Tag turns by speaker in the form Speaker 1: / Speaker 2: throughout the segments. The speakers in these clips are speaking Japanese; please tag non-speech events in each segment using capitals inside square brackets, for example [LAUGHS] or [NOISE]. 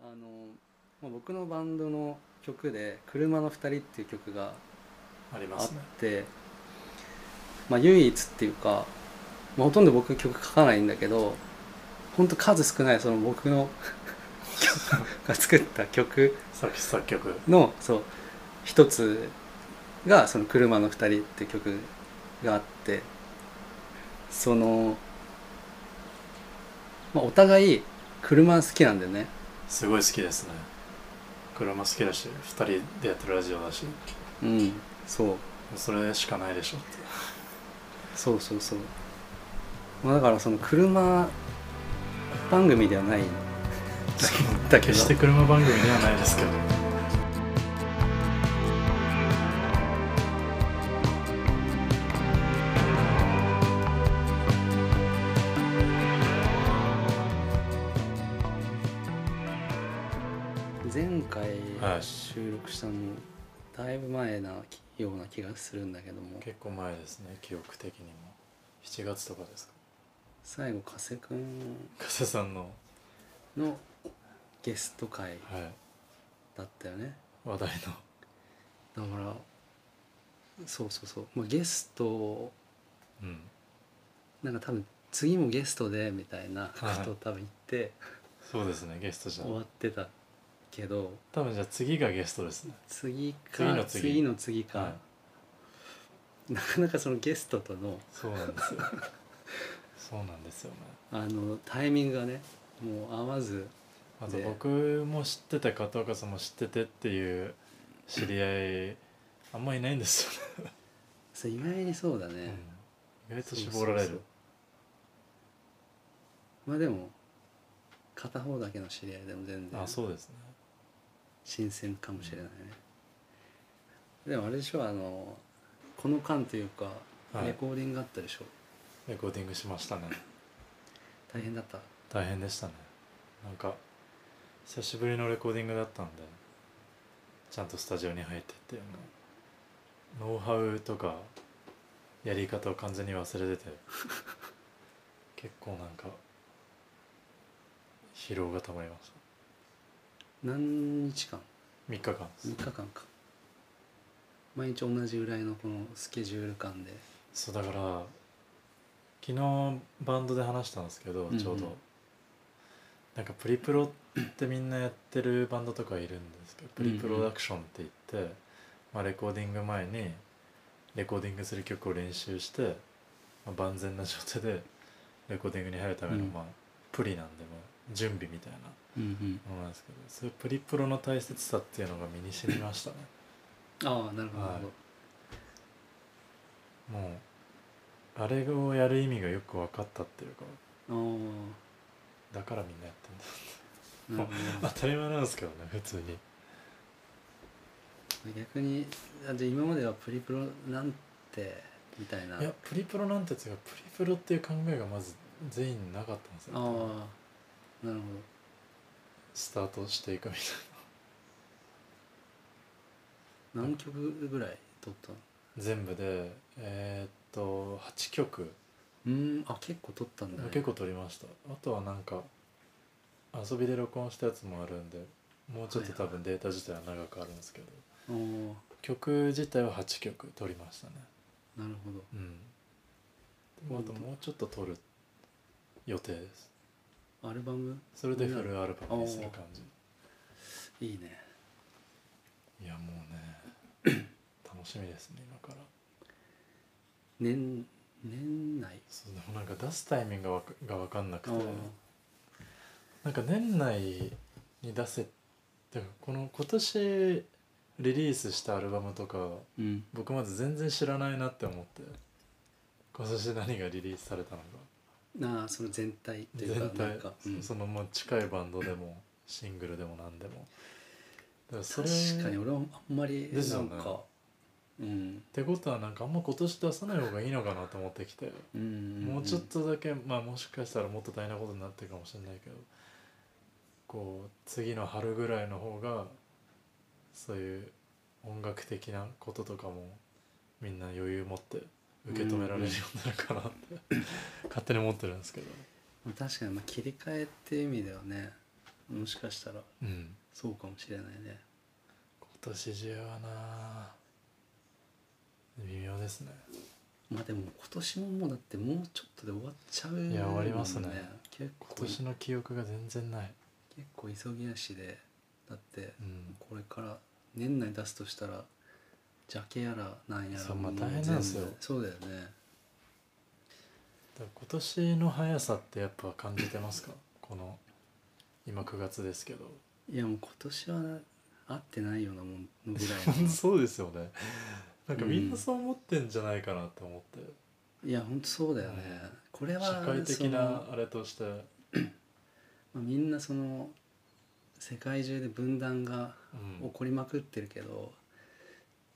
Speaker 1: あのまあ僕のバンドの曲で「車の二人」っていう曲が
Speaker 2: ありま
Speaker 1: あっ
Speaker 2: すね
Speaker 1: て、まあ、唯一っていうか、まあ、ほとんど僕曲書かないんだけどほんと数少ないその僕の [LAUGHS] が作った曲
Speaker 2: 作詞作曲
Speaker 1: のそう一つがその「車の二人」って曲があってその、まあ、お互い車好きなんだよね
Speaker 2: すごい好きですね車好きだし2人でやってるラジオだしも
Speaker 1: うんそう
Speaker 2: うそれしかないでしょって
Speaker 1: そうそうそう、まあ、だからその車番組ではないだけ
Speaker 2: 決
Speaker 1: ど
Speaker 2: して車番組ではないですけど
Speaker 1: 前回
Speaker 2: はい
Speaker 1: 収録したのだいぶ前な気ような気がするんだけども
Speaker 2: 結構前ですね記憶的にも7月とかですか
Speaker 1: 最後加瀬くん
Speaker 2: 加瀬さんの、
Speaker 1: のゲスト会
Speaker 2: はい、
Speaker 1: だったよね
Speaker 2: 話題の
Speaker 1: だからそうそうそう、まあ、ゲスト
Speaker 2: うん
Speaker 1: なんか多分次もゲストでみたいなこ
Speaker 2: はい
Speaker 1: とを多分言って
Speaker 2: そうですねゲストじゃ
Speaker 1: 終わってたけど
Speaker 2: 多分じゃあ次がゲストですね
Speaker 1: 次か
Speaker 2: 次の次
Speaker 1: の次か、
Speaker 2: は
Speaker 1: なかなかそのゲストとの
Speaker 2: そうなんですよそうなんですよね
Speaker 1: あのタイミングがねもう合わず
Speaker 2: あと
Speaker 1: で
Speaker 2: 僕も知ってて片岡さんも知っててっていう知り合いあんまいないんですよね
Speaker 1: そう意外にそうだね、
Speaker 2: うん意外と絞られ
Speaker 1: そうそう
Speaker 2: る
Speaker 1: そうまあでも片方だけの知り合いでも全然
Speaker 2: あそうですね
Speaker 1: 新鮮かもしれないね、でもあれでしょあのこの間というか
Speaker 2: はい
Speaker 1: レコーディングがあったでしょ、
Speaker 2: レコーディングしましたね
Speaker 1: 大変だった
Speaker 2: 大変でしたねなんか久しぶりのレコーディングだったんでちゃんとスタジオに入ってってあのノウハウとかやり方を完全に忘れてて結構なんか疲労がたまりました
Speaker 1: 何日間
Speaker 2: 3日間です
Speaker 1: 3日間か毎日同じぐらいのこのスケジュール感で
Speaker 2: そうだから昨日バンドで話したんですけど
Speaker 1: うんうん
Speaker 2: ちょうど、なんかプリプロってみんなやってるバンドとかいるんですけどプリプロダクションって言って、まあ、レコーディング前にレコーディングする曲を練習して、まあ、万全な状態でレコーディングに入るための、
Speaker 1: うん
Speaker 2: まあ、プリなんで、まあ、準備みたいな
Speaker 1: うん
Speaker 2: ものなんですけどそういうプリプロの大切さっていうのが身に染みましたね。
Speaker 1: うんああなるほど、
Speaker 2: はいもうあれをやる意味がよく分かったっていうか
Speaker 1: あ
Speaker 2: だからみんなやってんだ
Speaker 1: あなるほ
Speaker 2: 当たり前なんですけどね普通に
Speaker 1: ど逆にあじゃあ今まではプリプロなんてみたいない
Speaker 2: やプリプロなんてやつがプリプロっていう考えがまず全員なかったんです
Speaker 1: ああ
Speaker 2: よ
Speaker 1: なるほ
Speaker 2: スタートしていくみたい
Speaker 1: ど何曲ぐらい撮ったの
Speaker 2: な [LAUGHS] 全部でえーっと8曲
Speaker 1: うーんあ結構撮ったんだ、ね、
Speaker 2: 結構撮りましたあとはなんか遊びで録音したやつもあるんでもうちょっと多分データ自体は長くあるんですけど
Speaker 1: おー
Speaker 2: 曲自体は8曲撮りましたね
Speaker 1: なるほど
Speaker 2: うんでもあともうちょっと撮る予定です
Speaker 1: アルバム
Speaker 2: それでフルアルバムにする感じ
Speaker 1: いいね
Speaker 2: いやもうね [COUGHS] 楽しみですね今から
Speaker 1: 年年内
Speaker 2: そうでもなんか出すタイミングがわかが分かんなく
Speaker 1: あ
Speaker 2: てなんか年内に出せってこの今年リリースしたアルバムとか
Speaker 1: うん
Speaker 2: 僕まず全然知らないなって思って今年何がリリースされたのか
Speaker 1: なあその全体ってい
Speaker 2: 全
Speaker 1: うかな
Speaker 2: 体
Speaker 1: んか、
Speaker 2: そそのもう近いバンドでもシングルでも何でもだからそれ
Speaker 1: 確かに
Speaker 2: っ
Speaker 1: 俺はあんまり
Speaker 2: です
Speaker 1: な
Speaker 2: よ
Speaker 1: ん
Speaker 2: ね
Speaker 1: か、うん
Speaker 2: てことはなんかあんま今年出さない方がいいのかなと思ってきて
Speaker 1: うんうん
Speaker 2: もうちょっとだけ、まあ、もしかしたらもっと大変なことになってるかもしれないけどこう次の春ぐらいの方がそういう音楽的なこととかもみんな余裕持って受け止められるようになるかなって、 [LAUGHS] 勝手に思ってるんですけど
Speaker 1: 確かにまあ切り替えっていう意味ではねもしかしたら
Speaker 2: うん
Speaker 1: そうかもしれないね
Speaker 2: 今年中はな微妙ですね
Speaker 1: まあでも今年ももうだってもうちょっとで終わっちゃうもん、
Speaker 2: いや終わりますね
Speaker 1: 結構
Speaker 2: 今年の記憶が全然ない、
Speaker 1: 結構急ぎ足でだって
Speaker 2: うん、
Speaker 1: これから年内出すとしたらジャケやらなんやら
Speaker 2: そうまあ
Speaker 1: もう
Speaker 2: 大変なんですよ
Speaker 1: 全部そうだよね
Speaker 2: だから今年の速さってやっぱ感じてますかこの今9月ですけど
Speaker 1: いやもう今年は合ってないようなもんのぐら [LAUGHS] いの
Speaker 2: そうですよねなんかみんなそう思ってんじゃないかなって思って、 [LAUGHS]
Speaker 1: いや本当そうだよね、
Speaker 2: うん
Speaker 1: これは
Speaker 2: 社会的
Speaker 1: その
Speaker 2: なあれとしてう
Speaker 1: まあ、みんなその世界中で分断が起
Speaker 2: ん
Speaker 1: こりまくってるけど、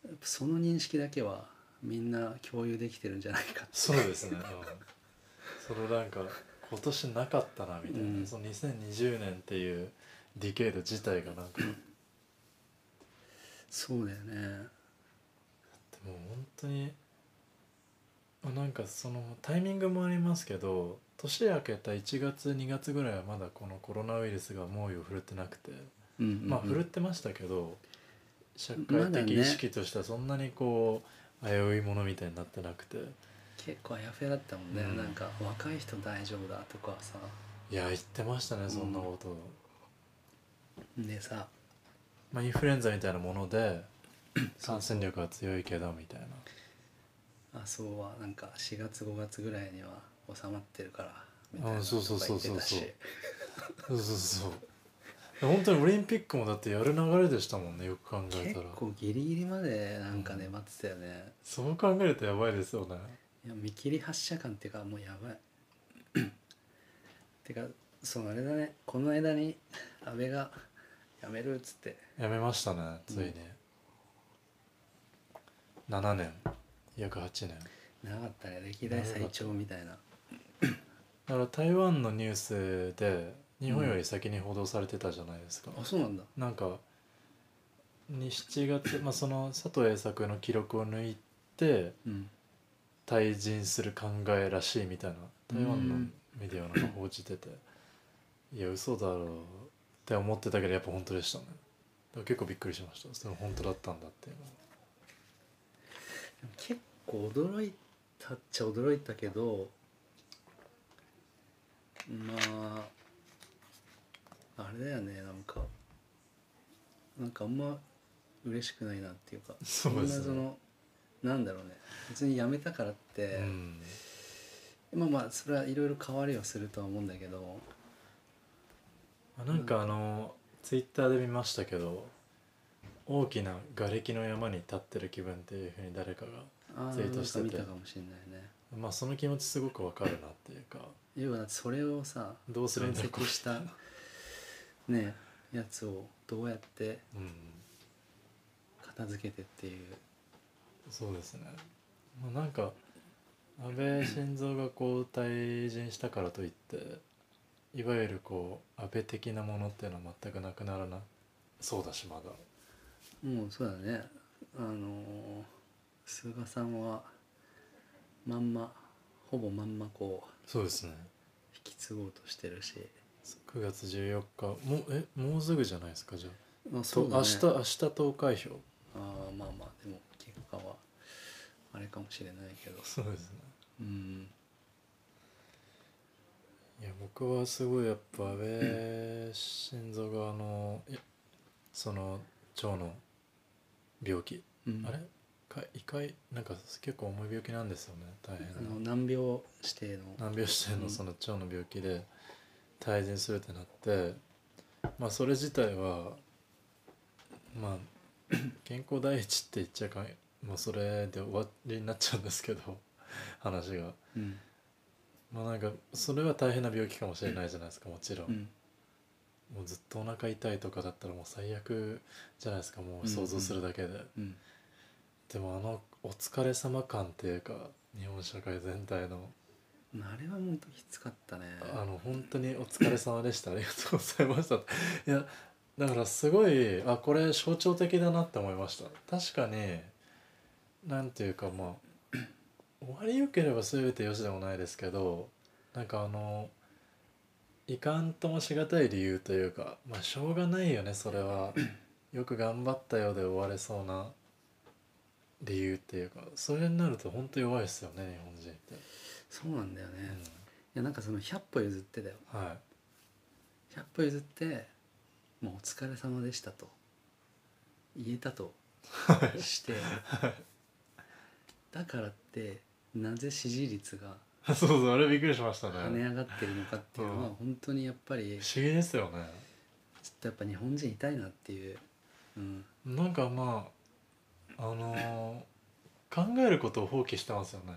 Speaker 1: やっぱその認識だけはみんな共有できてるんじゃないか
Speaker 2: [LAUGHS] そうですね、うん、そのなんか今年なかったなみたいな、
Speaker 1: うん
Speaker 2: その2020年っていうディケード自体がなんか
Speaker 1: そうだよね
Speaker 2: でも本当にまあなんかそのタイミングもありますけど年明けた1月2月ぐらいはまだこのコロナウイルスが猛威を振るってなくて、
Speaker 1: うんうんうん
Speaker 2: まあ振るってましたけど社
Speaker 1: ま
Speaker 2: 会
Speaker 1: だ
Speaker 2: 的
Speaker 1: ね
Speaker 2: 意識としてはそんなにこう危ういものみたいになってなくて
Speaker 1: 結構あやふやだったもんね、
Speaker 2: うん
Speaker 1: なんか若い人大丈夫だとかさ
Speaker 2: いや言ってましたねそんなこと、
Speaker 1: でさ
Speaker 2: まあ、インフルエンザみたいなもので感染力が強いけどみたいな
Speaker 1: 麻生はなんか4月5月ぐらいには収まってるからみたいな
Speaker 2: あ
Speaker 1: と
Speaker 2: そうそう
Speaker 1: か
Speaker 2: そ
Speaker 1: 言
Speaker 2: う
Speaker 1: って
Speaker 2: そう
Speaker 1: た
Speaker 2: そう
Speaker 1: し
Speaker 2: そうそうそう本当にオリンピックもだってやる流れでしたもんねよく考え
Speaker 1: 結
Speaker 2: たら
Speaker 1: 構ギリギリまでなんかね待ってたよね、
Speaker 2: そう考えるとやばいですよね
Speaker 1: いや見切り発車感っていうかもうやばい [COUGHS] てかそのあれだねこの間に安倍が辞めるっつって
Speaker 2: やめましたねついに、7年約8年
Speaker 1: 長かったね歴代最長みたいな
Speaker 2: だから台湾のニュースで日本より先に報道されてたじゃないですか、
Speaker 1: あそうなんだ
Speaker 2: なんかに7月、まあ、その佐藤栄作の記録を抜いて
Speaker 1: うん
Speaker 2: 退陣する考えらしいみたいな台湾の
Speaker 1: うん
Speaker 2: メディアなんか報じてていや嘘だろうって思ってたけどやっぱ本当でしたねだから結構びっくりしましたそれ本当だったんだっていうのは
Speaker 1: 結構驚いたっちゃ驚いたけどまああれだよねなんかなんかあんま嬉しくないなっていうか
Speaker 2: [LAUGHS] そうですね
Speaker 1: んなそのなんだろうね別に辞めたからって、
Speaker 2: うん
Speaker 1: まあまあそれはいろいろ変わりはするとは思うんだけど
Speaker 2: あなんかあの、ツイッターで見ましたけど大きな瓦礫の山に立ってる気分っていうふうに誰かが
Speaker 1: ああ
Speaker 2: ツイ
Speaker 1: なん
Speaker 2: ートして
Speaker 1: か
Speaker 2: て
Speaker 1: 見たかもしれないね
Speaker 2: まあその気持ちすごくわかるなっていうか
Speaker 1: 要はだってそれをさ
Speaker 2: どうする
Speaker 1: 分
Speaker 2: んだろう
Speaker 1: 析したねやつをどうやって
Speaker 2: うん
Speaker 1: 片付けてっていう
Speaker 2: そうですね、まあ、なんか安倍晋三がこう退陣したからといっていわゆるこう安倍的なものっていうのは全くなくならなそうだしまだ
Speaker 1: もうそうだねあのー菅さんはまんまほぼまんまこう
Speaker 2: そうですね
Speaker 1: 引き継ごうとしてるし、
Speaker 2: 9月14日もうえもうすぐじゃないですかじゃあ
Speaker 1: まあ、
Speaker 2: と
Speaker 1: そうだ
Speaker 2: 明
Speaker 1: ね
Speaker 2: 日明日投開票
Speaker 1: あーまあまあでも結果はあれかもしれないけど
Speaker 2: そうですね
Speaker 1: うん
Speaker 2: いや僕はすごいやっぱ安倍晋三があのいやその腸の病気、
Speaker 1: うん
Speaker 2: あれか一回なんか結構重い病気なんですよね大変
Speaker 1: あ
Speaker 2: な
Speaker 1: の難病指定の
Speaker 2: 難病視点
Speaker 1: う
Speaker 2: の
Speaker 1: ん
Speaker 2: その腸の病気で退院するってなってまあそれ自体はまあ [CLEARS THROAT] 健康第一って言っちゃかんもうそれで終わりになっちゃうんですけど話が
Speaker 1: うん
Speaker 2: まあなんかそれは大変な病気かもしれないじゃないですかもちろん、
Speaker 1: うん
Speaker 2: もうずっとお腹痛いとかだったらもう最悪じゃないですかも
Speaker 1: んう
Speaker 2: うん想像するだけで、
Speaker 1: うん
Speaker 2: でもあのお疲れ様感っていうか日本社会全体の
Speaker 1: あれは本当きつかったね
Speaker 2: あの本当にお疲れ様でしたありがとうございましたいやだからすごいあこれ象徴的だなって思いました確かになんていうかまあ終わりよければ全てよしでもないですけどなんかあのいかんともしがたい理由というかまあしょうがないよねそれはよく頑張ったようで終われそうな理由っていうかそれになると本当弱いですよね日本人って、
Speaker 1: そうなんだよね、
Speaker 2: う
Speaker 1: いやなんかその100歩譲ってだよ
Speaker 2: んはい
Speaker 1: 100歩譲ってもうお疲れ様でしたと言えたとしてだからってなぜ支持率が
Speaker 2: [LAUGHS] そうそうあれびっくりしました
Speaker 1: 跳
Speaker 2: ね
Speaker 1: ね上がってるのかっていうのは
Speaker 2: うん
Speaker 1: 本当にやっぱりちょ
Speaker 2: 不思議ですよね
Speaker 1: っとやっぱ日本人痛いなっていう、うん、
Speaker 2: なんかまああのー考えることを放棄してますよね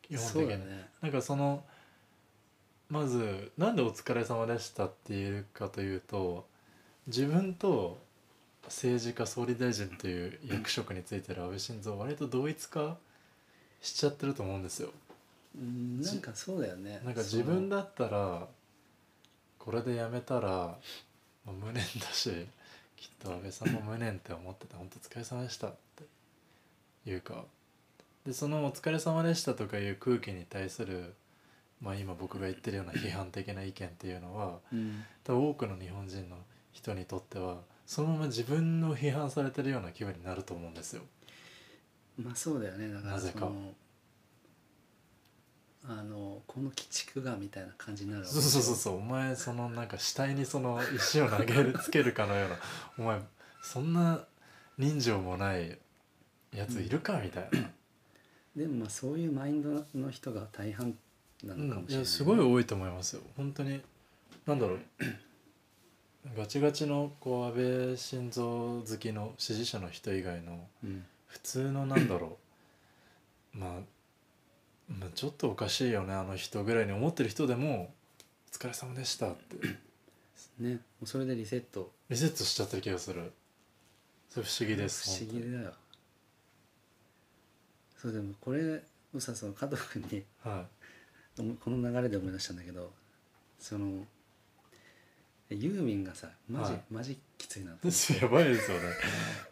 Speaker 2: 基本的
Speaker 1: そう
Speaker 2: に、
Speaker 1: だね
Speaker 2: なんかそのまずなんで「お疲れ様でした」って言えるかというと自分と政治家総理大臣という役職についてる安倍晋三は割と同一化しちゃってると思うんですよ。
Speaker 1: うんなんかそうだよね
Speaker 2: なんか自分
Speaker 1: だ
Speaker 2: だったらこれでやめたら、まあ、無念だしきっと安倍さんも無念って思ってて「本当お疲れ様でした」っていうかでその「お疲れ様でした」とかいう空気に対する、まあ、今僕が言ってるような批判的な意見っていうのは
Speaker 1: うん
Speaker 2: 多分多くの日本人の人にとってはそのまま自分の批判されてるような気分になると思うんですよ。
Speaker 1: まあそうだよねだから
Speaker 2: な
Speaker 1: そ
Speaker 2: ぜ
Speaker 1: の
Speaker 2: か
Speaker 1: あのこの鬼畜がみたいな感じになるわけ
Speaker 2: そうそうそうそうお前そのなんか死体にその石を投げるつけるかのようなお前そんな人情もないやついるかみたいな、
Speaker 1: でもまあそういうマインドの人が大半なのかもしれない,、
Speaker 2: いやすごい多いと思いますよ本当になんだろうガチガチのこう安倍晋三好きの支持者の人以外の
Speaker 1: うん、
Speaker 2: 普通のなんだろうまあ、まあちょっとおかしいよねあの人ぐらいに思ってる人でも「お疲れ様でした」って
Speaker 1: ねもうそれでリセット
Speaker 2: リセットしちゃってる気がするそれ不思議です
Speaker 1: 不思議
Speaker 2: 本
Speaker 1: だよそうでもこれをさその加藤君に
Speaker 2: 当にはい
Speaker 1: おも [LAUGHS] この流れで思い出したんだけどそのユーミンがさマジ、
Speaker 2: はい
Speaker 1: マジきついなと思っ
Speaker 2: ですやばい [LAUGHS] ですよね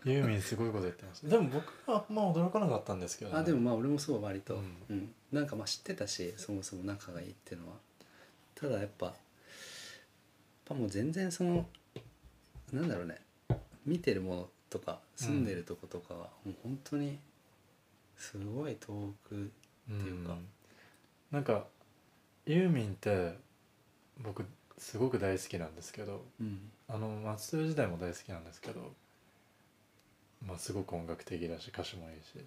Speaker 2: ユーミンすごいこと言ってましたでも僕はあんま驚かなかったんですけど
Speaker 1: て
Speaker 2: ね、
Speaker 1: あでもまあ俺もそう割と、
Speaker 2: う
Speaker 1: うんんなんかまあ知ってたしそもそも仲がいいっていうのはただやっぱやっぱもう全然そのなんだろうね見てるものとか住んでるとことかは、もう本当にすごい遠く
Speaker 2: うん
Speaker 1: っていうか
Speaker 2: なんかユーミンって僕すごく大好きなんですけど
Speaker 1: うん
Speaker 2: あの松任谷時代も大好きなんですけどまあすごく音楽的だし歌詞もいいし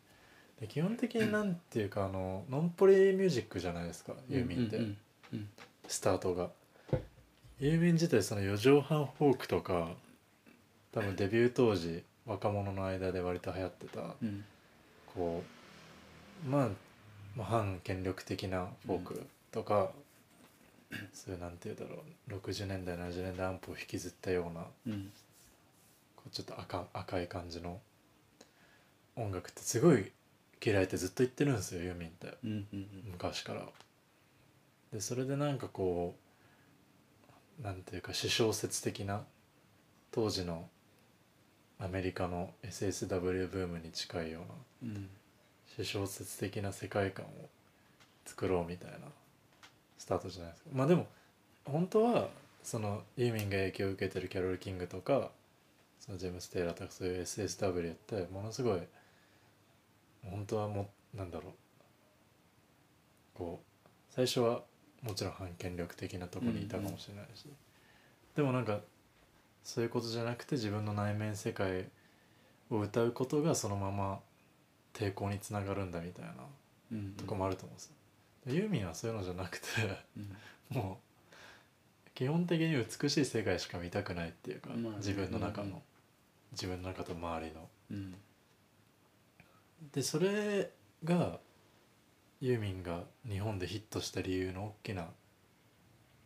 Speaker 2: で基本的になんていうか、あのノンポリミュージックじゃないですかユーミンって、
Speaker 1: うんうん
Speaker 2: スタートがユーミン自体その四畳半フォークとか多分デビュー当時若者の間で割と流行ってた
Speaker 1: うんうん
Speaker 2: こうまあ、まあ、反権力的なフォークとか、そういうなんて言うだろう60年代70年代安保を引きずったような
Speaker 1: うん
Speaker 2: こうちょっと赤赤い感じの音楽ってすごい嫌いってずっと言ってるんですよユーミンって。
Speaker 1: うんうん
Speaker 2: 昔からでそれでなんかこうなんていうか私小説的な当時のアメリカの SSW ブームに近いような
Speaker 1: うん
Speaker 2: 私小説的な世界観を作ろうみたいなスタートじゃないですかまあでも本当はそのユーミンが影響を受けてるキャロル・キングとかそのジェームス・テイラーとかそういう SSW ってものすごい本当はもうなんだろうこう最初はもちろん反権力的なところにいたかもしれないし、でもなんかそういうことじゃなくて自分の内面世界を歌うことがそのまま抵抗につながるんだみたいな
Speaker 1: うん
Speaker 2: とこもあると思うんですよ、ユーミンはそういうのじゃなくて [LAUGHS]
Speaker 1: うん
Speaker 2: もう基本的に美しい世界しか見たくないっていうか、
Speaker 1: まあね
Speaker 2: 自分の中の、
Speaker 1: うんうん
Speaker 2: 自分の中と周りの
Speaker 1: うん
Speaker 2: でそれがユーミンが日本でヒットした理由の大きな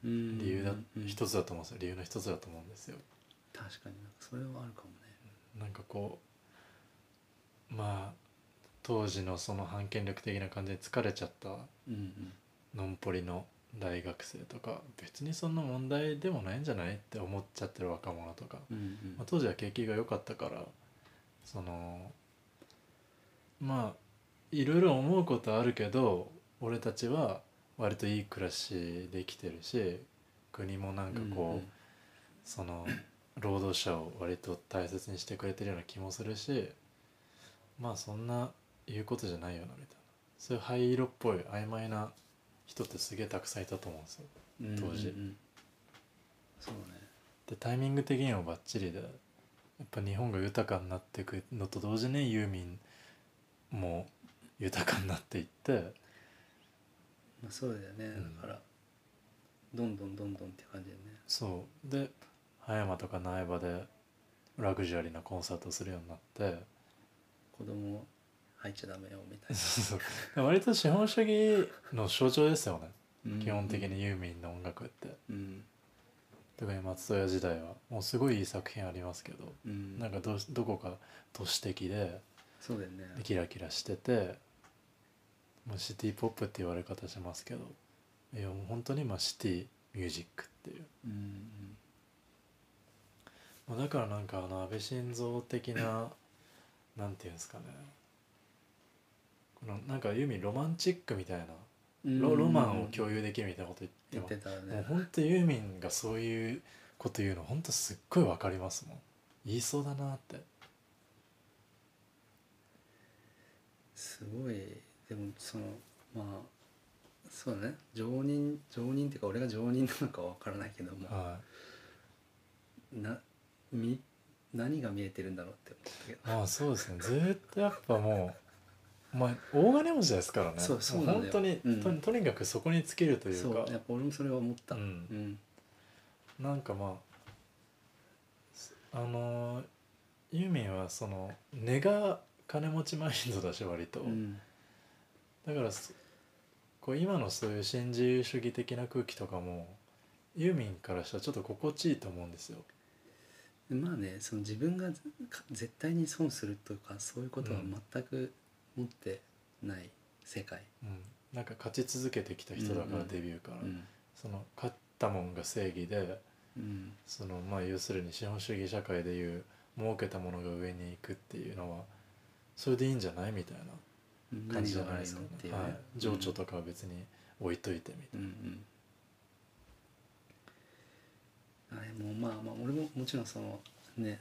Speaker 1: うん
Speaker 2: 理由だ、
Speaker 1: うん
Speaker 2: 一つだと思うんですよ理由の一つだと思うんですよ
Speaker 1: 確かになんかそれはあるかもね
Speaker 2: なんかこうまあ当時のその反権力的な感じに疲れちゃった
Speaker 1: うん
Speaker 2: のんぽりの大学生とか別にそんな問題でもないんじゃないって思っちゃってる若者とか、
Speaker 1: うんうん
Speaker 2: まあ、当時は景気が良かったからそのまあいろいろ思うことはあるけど俺たちは割といい暮らしで生きてるし国もなんかこう、その労働者を割と大切にしてくれてるような気もするしまあそんな言うことじゃないよなみたいなそういう灰色っぽい曖昧な人ってすげえたくさんいたと思うんですよ。
Speaker 1: うんうん、
Speaker 2: 当時
Speaker 1: うんうんうんそうね
Speaker 2: でタイミング的にもバッチリでやっぱ日本が豊かになっていくのと同時にユーミンも豊かになっていって
Speaker 1: まあそうだよね、
Speaker 2: うん
Speaker 1: だからどんどんどんどんって感じだよね
Speaker 2: そうで葉山とか苗場でラグジュアリーなコンサートをするようになって
Speaker 1: 子供入っちゃダメよみたい
Speaker 2: そうそう割と資本主義の象徴ですよね
Speaker 1: な
Speaker 2: [LAUGHS] 基本的にユーミンの音楽って
Speaker 1: うん
Speaker 2: 特に松任谷時代はもうすごいいい作品ありますけど
Speaker 1: うん
Speaker 2: なんかどうしどこか都市的で
Speaker 1: そうだよね
Speaker 2: でキラキラしててもうシティポップって言われ方しますけどいやもう本当にまあシティミュージックっていう、
Speaker 1: うんうん
Speaker 2: まあ、だからなんかあの安倍晋三的ななんていうんですかねこのなんかユーミンロマンチックみたいなロロマンを共有できるみたいなこと言
Speaker 1: 言
Speaker 2: っ
Speaker 1: ってて
Speaker 2: ま
Speaker 1: た
Speaker 2: すもう
Speaker 1: ね
Speaker 2: 本当ユーミンがそういうこと言うの本当すっごいわかりますもん言いそうだなって
Speaker 1: すごいでもそのまあそうだね常任常任っていうか俺が常任なのかわからないけども
Speaker 2: は
Speaker 1: なみ何が見えてるんだろうって思ったけど
Speaker 2: いまあそうですねずーっとやっぱもうまあ大金持ちですからね
Speaker 1: そうそう
Speaker 2: も
Speaker 1: なん
Speaker 2: 本
Speaker 1: だよ
Speaker 2: 当に、
Speaker 1: うん
Speaker 2: ととにかくそこに尽きるという
Speaker 1: そう
Speaker 2: か
Speaker 1: やっぱ俺もそれは思った
Speaker 2: う
Speaker 1: うんん
Speaker 2: なんかまああのーユーミンはその根が金持ちマインドだし割と、
Speaker 1: うん
Speaker 2: だからそこう今のそういう新自由主義的な空気とかもユーミンからしたらちょっと心地いいと思うんですよ。
Speaker 1: まあねその自分がぜか絶対に損するとかそういうことは全く持ってない世界、
Speaker 2: うん、なんか勝ち続けてきた人だか
Speaker 1: うん
Speaker 2: ら
Speaker 1: うん
Speaker 2: デビューから、
Speaker 1: うん
Speaker 2: その勝ったもんが正義で
Speaker 1: うん
Speaker 2: そのまあ要するに資本主義社会でいう儲けたものが上に行くっていうのはそれでいいんじゃないみたいな感
Speaker 1: 何
Speaker 2: じじ
Speaker 1: が
Speaker 2: ゃな
Speaker 1: 悪
Speaker 2: いで
Speaker 1: い
Speaker 2: す
Speaker 1: の
Speaker 2: か
Speaker 1: っ
Speaker 2: ね
Speaker 1: ていうね、
Speaker 2: はい、情緒とかは別に置いといてみたい
Speaker 1: うんうんあれもうまあまあ俺ももちろんそのね、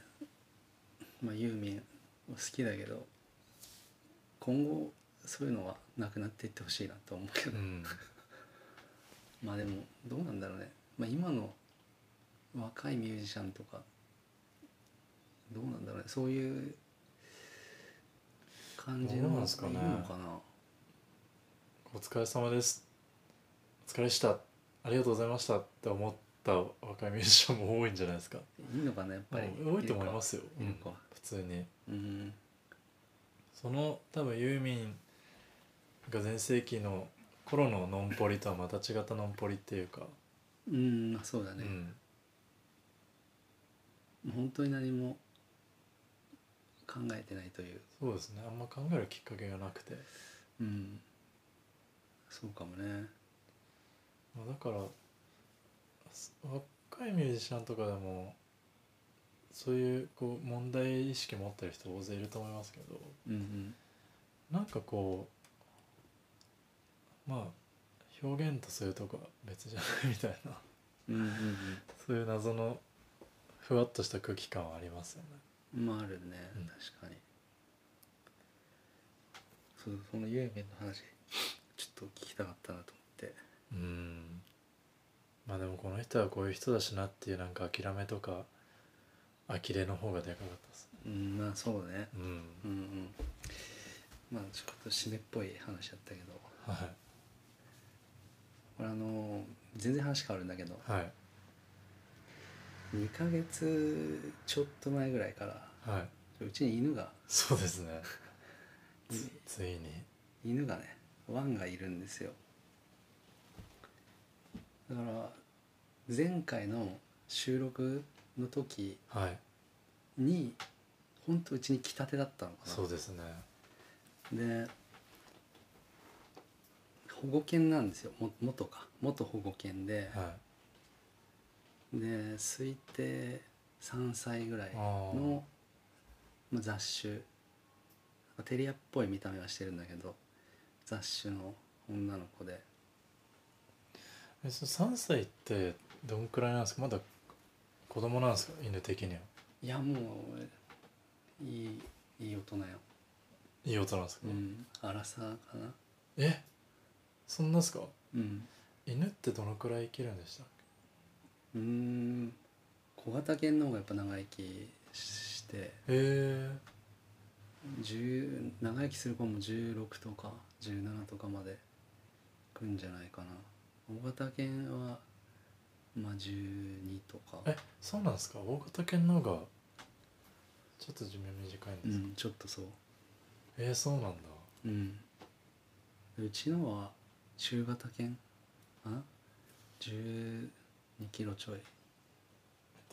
Speaker 1: まあ、ユーミン好きだけど今後そういうのはなくなっていってほしいなと思うけど
Speaker 2: な、うん、
Speaker 1: まあでもどうなんだろうね、まあ、今の若いミュージシャンとかどうなんだろうねそういう感じの
Speaker 2: どうなんすかね
Speaker 1: いるのかな
Speaker 2: お疲れ様ですお疲れしたありがとうございましたって思った若いミュージシャンも多いんじゃないですか
Speaker 1: いいのかなやっぱり
Speaker 2: 多いと思いますよ
Speaker 1: いる
Speaker 2: う
Speaker 1: か
Speaker 2: ん普通に
Speaker 1: うん
Speaker 2: その多分ユーミンが全盛期の頃のノンポリとはまた違ったノンポリっていうか、
Speaker 1: うん、まあそうだ
Speaker 2: う
Speaker 1: ね、
Speaker 2: ん、
Speaker 1: もう本当に何も考えてないという、
Speaker 2: そうですねあんま考えるきっかけがなくて、
Speaker 1: うん、そうかもね
Speaker 2: まあ、だからす若いミュージシャンとかでもそういうこう問題意識持ってる人大勢いると思いますけど
Speaker 1: うん
Speaker 2: なんかこうまあ表現とそういうとこは別じゃないみたいな
Speaker 1: うんうんうん
Speaker 2: そういう謎のふわっとした空気感はありますよね。
Speaker 1: うんまああるね、
Speaker 2: うん
Speaker 1: 確かにそうそのユーミンの話ちょっと聞きたかったなと思って
Speaker 2: うんまあでもこの人はこういう人だしなっていうなんか諦めとか呆れの方がでかかったです
Speaker 1: うんまあそうね
Speaker 2: うん、
Speaker 1: うんうんまあちょっと締めっぽい話だったけど
Speaker 2: は
Speaker 1: これあの全然話変わるんだけど
Speaker 2: いはい
Speaker 1: 2ヶ月ちょっと前ぐらいから
Speaker 2: はいう
Speaker 1: ちに犬が
Speaker 2: そうですねつついに
Speaker 1: 犬がねワンがいるんですよだから前回の収録の時
Speaker 2: はい
Speaker 1: にほんとうちに来たてだったのかな
Speaker 2: そうですね
Speaker 1: で保護犬なんですよも元か元保護犬で、
Speaker 2: は
Speaker 1: で推定3歳ぐらい
Speaker 2: い
Speaker 1: のまあ雑種テリアっぽい見た目はしてるんだけど雑種の女の子で
Speaker 2: あ3歳ってどんくらいなんですかまだ子供なんですか犬的にはい
Speaker 1: やもういいいい大人よ、
Speaker 2: いい大人なんです
Speaker 1: う
Speaker 2: か、
Speaker 1: ん、荒さかな
Speaker 2: えそんなっすか
Speaker 1: うん
Speaker 2: 犬ってどのくらい生きるんでしたっ
Speaker 1: うーん小型犬の方がやっぱ長生きして
Speaker 2: けへ
Speaker 1: 10長生きする子も16とか17とかまで来るんじゃないかな大型犬はまあ12とか
Speaker 2: ええそうなんですか大型犬の方がちょっと寿命短いん
Speaker 1: う
Speaker 2: ですか、
Speaker 1: んちょっとそう
Speaker 2: えー、そうなんだ
Speaker 1: うんうちのは中型犬かな12キロちょい
Speaker 2: で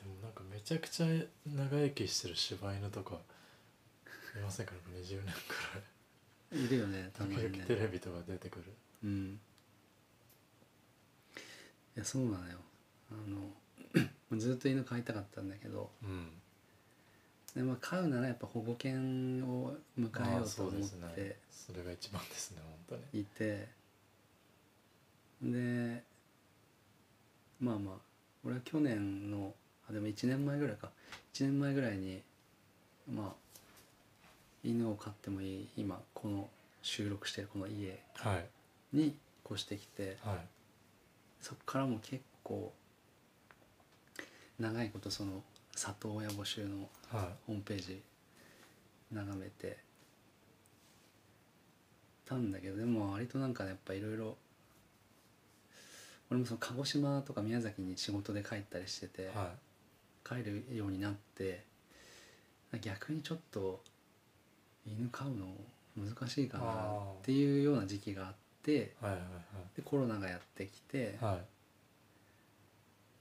Speaker 2: もなんかめちゃくちゃ長生きしてる柴犬とかいませんかなんか20年く
Speaker 1: いるよねたま
Speaker 2: ら
Speaker 1: に
Speaker 2: い時
Speaker 1: ね
Speaker 2: 々テレビとか出てくる
Speaker 1: うんいやそうなのよあのずっと犬飼いたかったんだけど
Speaker 2: うん
Speaker 1: で、まあ、飼うならやっぱ保護犬を迎えよ
Speaker 2: あー
Speaker 1: うと
Speaker 2: そう
Speaker 1: 思
Speaker 2: で
Speaker 1: っ
Speaker 2: すね
Speaker 1: て
Speaker 2: それが一番ですね本当に
Speaker 1: いてで,、まあまあ俺は去年のあでも1年前ぐらいか1年前ぐらいにまあ犬を飼ってもいい今この収録してるこの家
Speaker 2: はい
Speaker 1: に越してきて
Speaker 2: はい
Speaker 1: そっからも結構長いことその里親募集の
Speaker 2: はい
Speaker 1: ホームページ眺めてたんだけどでも割となんかねやっぱいろいろ俺もその鹿児島とか宮崎に仕事で帰ったりしてて、
Speaker 2: は
Speaker 1: 帰るようになって逆にちょっと犬飼うの難しいかなっていうような時期があって
Speaker 2: いはいはい
Speaker 1: でコロナがやってきて
Speaker 2: はいはい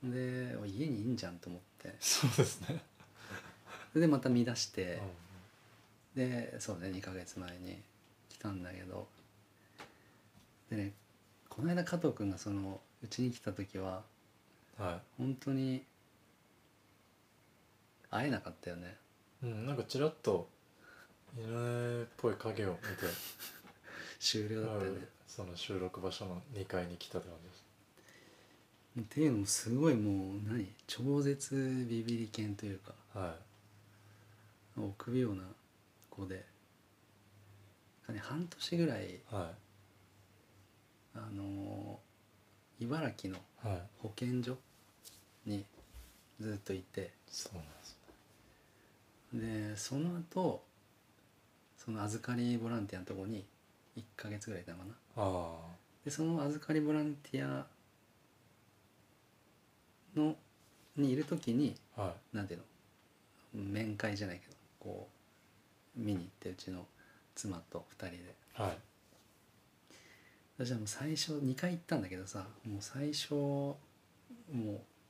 Speaker 1: で家にいいんじゃんと思って
Speaker 2: そうですね
Speaker 1: それでまた見出し
Speaker 2: うん
Speaker 1: て。でそうね2ヶ月前に来たんだけどでねこの間加藤君がそのうちに来た時は
Speaker 2: は
Speaker 1: 本当に会えなかったよね
Speaker 2: いうんなんかちらっと犬っぽい影を見て
Speaker 1: 終了だったよね、
Speaker 2: その収録場所の2階に来たって感じです
Speaker 1: っていうのもすごいもう何超絶ビビリ犬というか
Speaker 2: は
Speaker 1: 臆病な子で、ね、半年ぐらい
Speaker 2: いは
Speaker 1: あのー茨城の
Speaker 2: いはい
Speaker 1: 保健所にずっといて
Speaker 2: そうなんです
Speaker 1: でその後その預かりボランティアのとこに1ヶ月ぐらいいたのかな
Speaker 2: ああ
Speaker 1: でその預かりボランティアのにいる時に
Speaker 2: は
Speaker 1: なんていうの面会じゃないけどこう見に行ってうちの妻と2人で
Speaker 2: いはい
Speaker 1: 私はもう最初2回行ったんだけどさもう最初も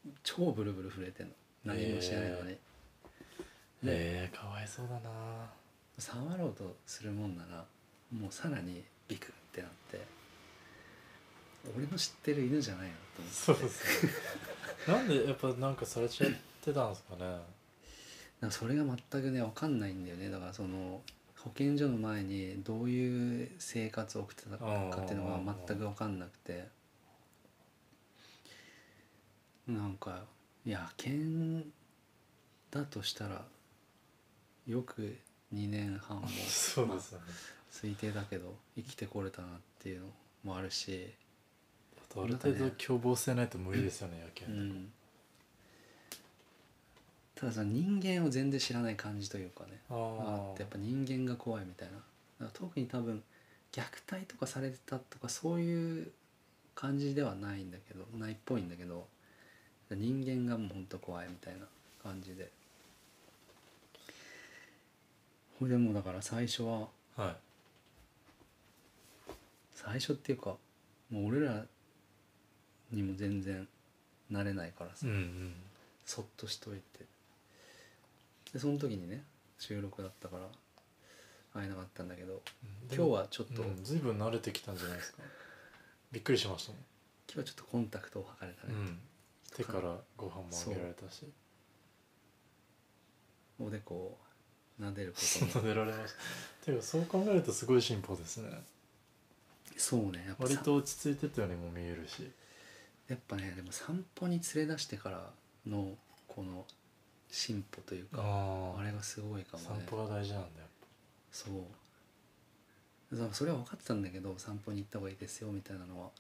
Speaker 1: う超ブルブル震えてんの何も知らないのに、
Speaker 2: ええかわいそうだな
Speaker 1: 触ろうとするもんならもうさらにビクってなって俺の知ってる犬じゃないなと思って
Speaker 2: そうですねなんでやっぱなんかされちゃってたんですかね
Speaker 1: なんかそれが全くね分かんないんだよねだからその保健所の前にどういう生活を送ってたかっていうのが全く分かんなくてなんか野犬だとしたらよく2年半も
Speaker 2: そうですよね
Speaker 1: 推定だけど生きてこれたなっていうのもあるし、
Speaker 2: あとある程度凶暴性ないと無理ですよね野
Speaker 1: う
Speaker 2: 犬、
Speaker 1: ん、ただその人間を全然知らない感じというかね
Speaker 2: あ
Speaker 1: あっ
Speaker 2: ー
Speaker 1: てやっぱ人間が怖いみたいなだから特に多分虐待とかされてたとかそういう感じではないんだけどないっぽいんだけど人間がもうほんと怖いみたいな感じでこれでもうだから最初は
Speaker 2: はい
Speaker 1: 最初っていうかもう俺らにも全然慣れないからさ、
Speaker 2: うんうん
Speaker 1: そっとしといてでその時にね収録だったから会えなかったんだけど今日はちょっと、
Speaker 2: うん、
Speaker 1: 今
Speaker 2: ずいぶん慣れてきたんじゃないですかびっくりしましたもん
Speaker 1: 日はちょっとコンタクトを図れたね、
Speaker 2: うん、手からご飯もあげられたし
Speaker 1: おでこを撫でる
Speaker 2: そん
Speaker 1: ことも
Speaker 2: な出られましたていうかそう考える [LAUGHS] とすごい進歩ですね
Speaker 1: そうねやっぱ
Speaker 2: 割
Speaker 1: さ
Speaker 2: と落ち着いてたようにも見えるし
Speaker 1: いやっぱねでも散歩に連れ出してからのこの進歩という
Speaker 2: あ
Speaker 1: か
Speaker 2: ー
Speaker 1: あれがすごいかも
Speaker 2: 散
Speaker 1: ね
Speaker 2: 歩が大事なんだよ
Speaker 1: そうだからそれは分かってたんだけど散歩に行った方がいいですよみたいなのはも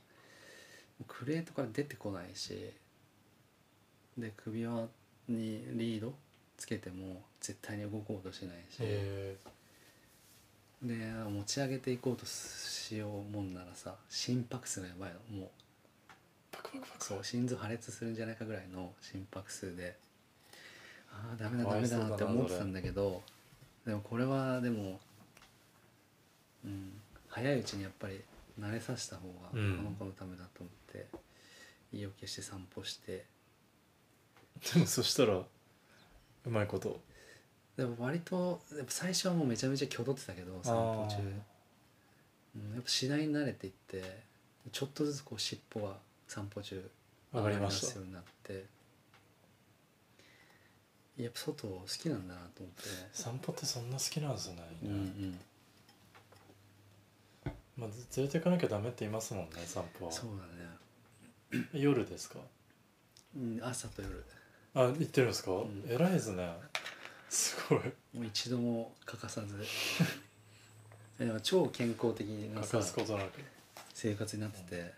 Speaker 1: うクレートから出てこないしで首輪にリードつけても絶対に動こうとしないし、
Speaker 2: へ
Speaker 1: で持ち上げていこうとしようもんならさ心拍数がやばいのもう
Speaker 2: パクパクパク
Speaker 1: そう心臓破裂するんじゃないかぐらいの心拍数でああダメだ
Speaker 2: かわ
Speaker 1: ダ
Speaker 2: い
Speaker 1: メ
Speaker 2: そう
Speaker 1: だ
Speaker 2: だな
Speaker 1: って思ってたんだけどでもこれはでも、うん、早いうちにやっぱり慣れさせた方がこ
Speaker 2: うん
Speaker 1: の子のためだと思って、意を決して散歩して
Speaker 2: でもそしたらうまいこと
Speaker 1: でも割とやっぱ最初はもうめちゃめちゃ挙動ってたけど散歩中
Speaker 2: あー、
Speaker 1: うん、やっぱ次第に慣れていってちょっとずつこう尻尾が散歩中
Speaker 2: わかりました
Speaker 1: ようになってやっぱ外好きなんだなと思って、
Speaker 2: 散歩ってそんな好きなんですね、
Speaker 1: うんうん
Speaker 2: まあ、連れていかなきゃダメって言いますもんね散歩は
Speaker 1: そう
Speaker 2: 夜ですか
Speaker 1: だね、うん、朝と夜
Speaker 2: あ行ってるんですか、
Speaker 1: ん
Speaker 2: 偉いですねすごい
Speaker 1: もう一度も欠か
Speaker 2: [LAUGHS]
Speaker 1: さずえでも超健康的な
Speaker 2: 欠
Speaker 1: さ
Speaker 2: かすことなく
Speaker 1: 生活になってて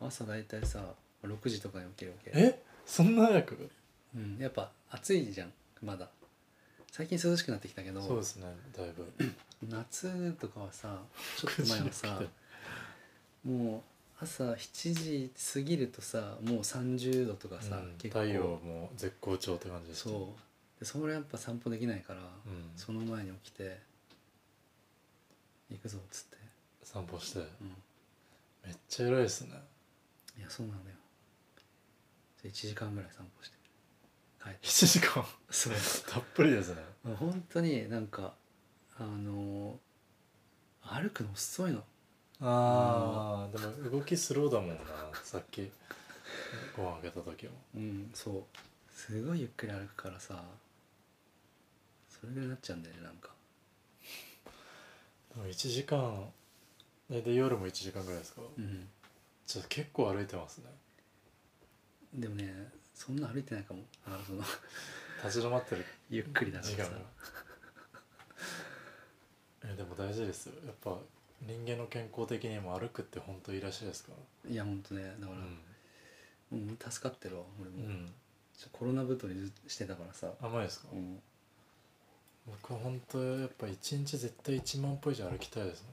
Speaker 1: 朝大体さ6時とかに起きるわけ、
Speaker 2: えそんな早く
Speaker 1: うん、やっぱ暑いじゃんまだ最近涼しくなってきたけど
Speaker 2: そうですねだいぶ
Speaker 1: 夏とかはさちょっと前は
Speaker 2: 9 [LAUGHS]
Speaker 1: さ
Speaker 2: 時に起き
Speaker 1: もう朝7時過ぎるとさもう30度とかさ、
Speaker 2: うん
Speaker 1: 結構
Speaker 2: 太陽も絶好調って感じです
Speaker 1: そうでそれやっぱ散歩できないから、
Speaker 2: う、ん、
Speaker 1: その前に起きて行くぞっつって、
Speaker 2: 散歩して
Speaker 1: うん、
Speaker 2: めっちゃ偉いですね
Speaker 1: いやそうなんだよ1時間ぐらい散歩して帰って
Speaker 2: 7時間
Speaker 1: そう
Speaker 2: たっぷりですね
Speaker 1: [LAUGHS] 本当になんかあのー歩くの遅いの
Speaker 2: ああでも動きスローだもんなさっきご飯あげた時も
Speaker 1: うんそうすごいゆっくり歩くからさそれぐらいになっちゃうんだよねなんか
Speaker 2: でも1時間大体夜も1時間ぐらいですか
Speaker 1: うん
Speaker 2: ちょっと結構歩いてますね
Speaker 1: でもねそんな歩いてないかもあのそ [LAUGHS] の
Speaker 2: 立ち止まってる
Speaker 1: ゆっくりだから
Speaker 2: 時
Speaker 1: さ
Speaker 2: 間が [LAUGHS] えでも大事ですよやっぱ人間の健康的にも歩くって本当いいらしいですか、
Speaker 1: いやほんとねだからら、うん助かってるわ俺
Speaker 2: うん、
Speaker 1: も、ちょコロナ太りずしてたからさ、
Speaker 2: 甘いですか、
Speaker 1: うん、
Speaker 2: 僕は本当やっぱ一日絶対1万歩以上歩きたいです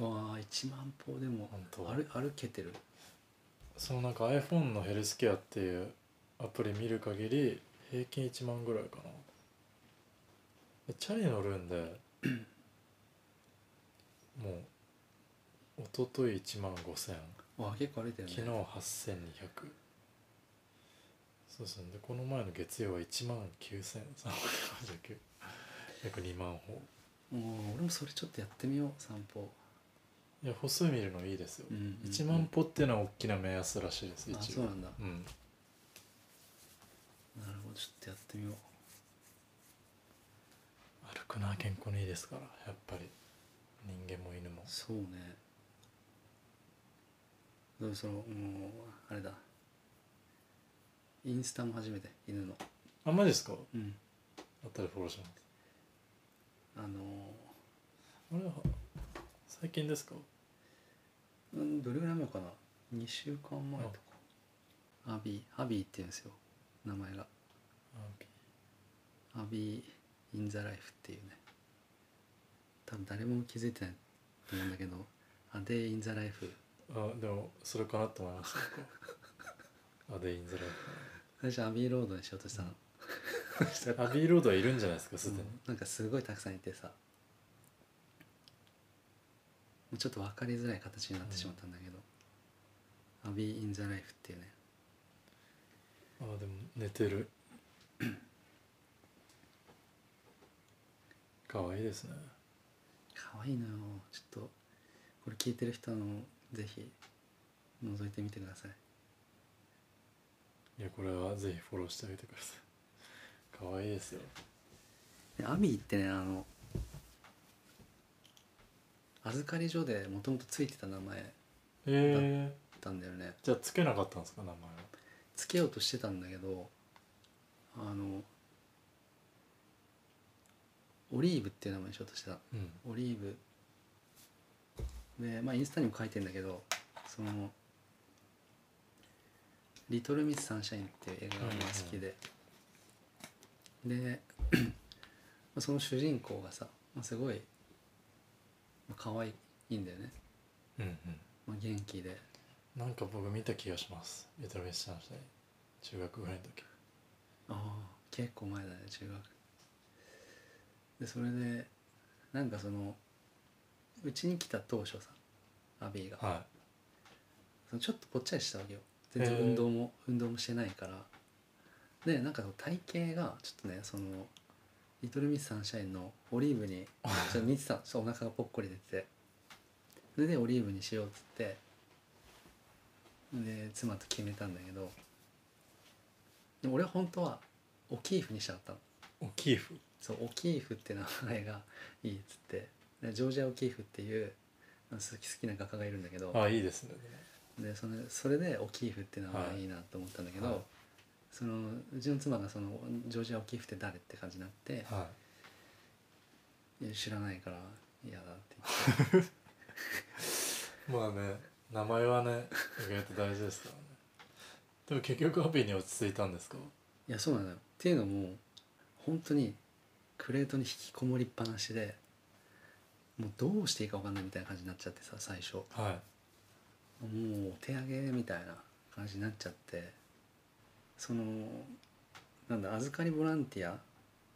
Speaker 2: もん
Speaker 1: ああ1万歩でも
Speaker 2: 本当
Speaker 1: 歩歩けてる
Speaker 2: そのなんか iPhone のヘルスケアっていうアプリ見る限り平均1万ぐらいかなでチャリ乗る
Speaker 1: [CLEARS THROAT]
Speaker 2: んでもう一昨日1万5000
Speaker 1: ああ結構歩いてるね
Speaker 2: 昨日8200そうですねでこの前の月曜は1万9359約2万歩
Speaker 1: うん俺もそれちょっとやってみよう散歩、
Speaker 2: いや歩数見るのいいですよ、
Speaker 1: うん
Speaker 2: 1万歩っていうのは大きな目安らしいです
Speaker 1: あ
Speaker 2: 一
Speaker 1: そう
Speaker 2: 応
Speaker 1: なんだ
Speaker 2: うん
Speaker 1: なるほどちょっとやってみよう
Speaker 2: 歩くな健康にいいですからやっぱり人間も犬も
Speaker 1: そうねだからそのもうあれだインスタも初めて犬の
Speaker 2: あマジですか
Speaker 1: うん
Speaker 2: 後でフォローします
Speaker 1: あの
Speaker 2: あれは最近ですか
Speaker 1: ーうんどれぐらい前かな2週間前とかアビーアビーって言うんですよ名前が
Speaker 2: あ
Speaker 1: アビー・イン・ザ・ライフっていうね多分誰も気づいてないと思うんだけどアデイ・イン・ザ・ライフ
Speaker 2: あでもそれかなと思いました
Speaker 1: [LAUGHS]
Speaker 2: 僕はあでいいんじゃない
Speaker 1: 最初アビー・ロードにしようとしたの、そしたら [LAUGHS]
Speaker 2: かなアビーロードはいるんじゃないですかすでに、
Speaker 1: なんかすごいたくさんいてさもうちょっと分かりづらい形になってしまったんだけど「アビー・イン・ザ・ライフ」っていうね
Speaker 2: あでも寝てる [COUGHS] 可愛いですね
Speaker 1: 可愛いのよちょっとこれ聞いてる人のぜひ覗いてみてください
Speaker 2: いやこれはぜひフォローしてあげてください可愛いですよ
Speaker 1: でアビーってねあの預かり所でもともとついてた名前
Speaker 2: え
Speaker 1: だったんだよね
Speaker 2: じゃあつけなかったんですか名前は
Speaker 1: つけようとしてたんだけどあのオリーブっていう名前にしようとしてた
Speaker 2: うん
Speaker 1: オリーブでまあインスタにも書いてんだけどその「リトル・ミス・サンシャイン」っていう映画が俺は好きで、で [CLEARS THROAT] まあその主人公がさ、まあ、すごい、まあ、可愛いんだよね、
Speaker 2: うん
Speaker 1: まあ、元気で
Speaker 2: うんなんか僕見た気がしますベトナムシャンシャイン中学ぐらいの時
Speaker 1: ああ結構前だね中学でそれでなんかそのうちに来た当初さアビーが
Speaker 2: は
Speaker 1: そのちょっとぽっちゃりしたわけよ全然
Speaker 2: へー
Speaker 1: 運動も運動もしてないからでなんかその体型がちょっとねそのリトルミスサンシャインのオリーブ
Speaker 2: [LAUGHS]
Speaker 1: にちょっと似てたのちょっとお腹がぽっこり出ててそれでオリーブにしようっつってで妻と決めたんだけどでも俺は本当はオキーフにしたかったの
Speaker 2: いおキーフ
Speaker 1: そうオキーフって名前がいいっつってでジョージア・オキーフっていうあの好き好きな画家がいるんだけど
Speaker 2: あいいですね
Speaker 1: でそれそれでオキーフって名前がいいなと思ったんだけど、
Speaker 2: はい
Speaker 1: そのうちの妻がその「ジョージア・オキーフって誰?」って感じになって
Speaker 2: は
Speaker 1: 「
Speaker 2: い
Speaker 1: いや知らないから嫌だ」って
Speaker 2: まあね名前はね意外と大事ですからねでも結局ハッピーに落ち着いたんですか
Speaker 1: いやそうなのよっていうのも本当にクレートに引きこもりっぱなしでもうどうしていいか分かんないみたいな感じになっちゃってさ最初も
Speaker 2: は
Speaker 1: うお手上げみたいな感じになっちゃってそのなんだ預かりボランティア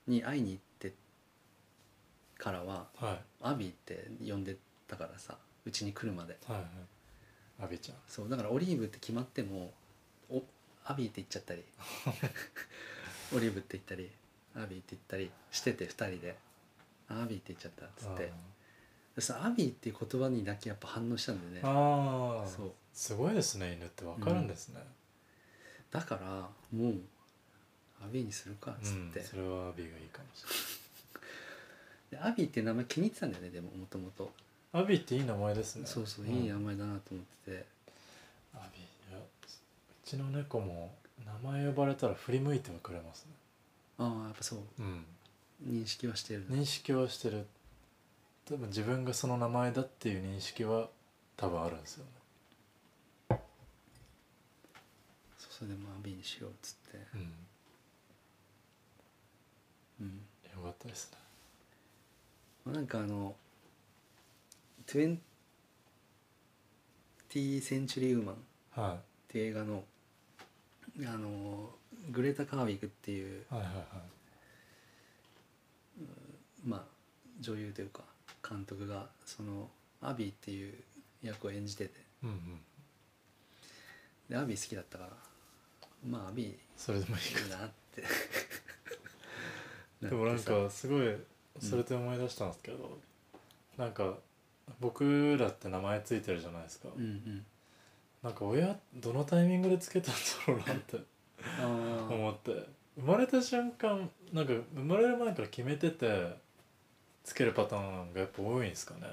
Speaker 1: に会いに行ってからは
Speaker 2: はいはい
Speaker 1: アビーって呼んでたからさうちに来るまで
Speaker 2: はい阿部ちゃん
Speaker 1: そうだからオリーブって決まってもおアビーって言っちゃった
Speaker 2: [LAUGHS]
Speaker 1: りオリーブって言ったりアビーって言ったりしてて2人で「あアビーって言っちゃった」っつってでそのアビーっていう言葉にだけやっぱ反応したんだよね
Speaker 2: ああ
Speaker 1: そう
Speaker 2: すごいですね犬ってわかるんですね、
Speaker 1: だからもうアビーにするかっ
Speaker 2: うん
Speaker 1: つって、
Speaker 2: それはアビがいいかもし
Speaker 1: で
Speaker 2: れ
Speaker 1: アビーっていう名前気に入ってたんだよねでももともと
Speaker 2: ないアビっていい名前ですね
Speaker 1: そうそう、
Speaker 2: ん
Speaker 1: いい名前だなと思ってて
Speaker 2: アビいやうちの猫も名前呼ばれたら振り向いてはくれますね
Speaker 1: ああやっぱそう
Speaker 2: うん
Speaker 1: 認識はしてる
Speaker 2: 認識はしてる多分自分がその名前だっていう認識は多分あるんですよね
Speaker 1: そうそれでもアビーにしようっつって
Speaker 2: うん
Speaker 1: うん
Speaker 2: よかったですね
Speaker 1: なんかあの「20th Century Woman」っ
Speaker 2: は
Speaker 1: ていう映画のあのグレータ・カーウィグっていう、
Speaker 2: い、はいはいはい
Speaker 1: まあ、女優というか監督がそのアビーっていう役を演じてて
Speaker 2: うんうん
Speaker 1: でアビー好きだったからまあアビーい
Speaker 2: それでもいい
Speaker 1: いなって
Speaker 2: か [LAUGHS] でもなん
Speaker 1: ってさ
Speaker 2: かすごいそれで思い出したんですけど、なんか僕らって名前ついてるじゃないですか、
Speaker 1: うんうん
Speaker 2: なんか親どのタイミングでつけたんだろうなって
Speaker 1: ああ
Speaker 2: 思って生まれた瞬間なんか生まれる前から決めててつけるパターンがやっぱ多いんですかね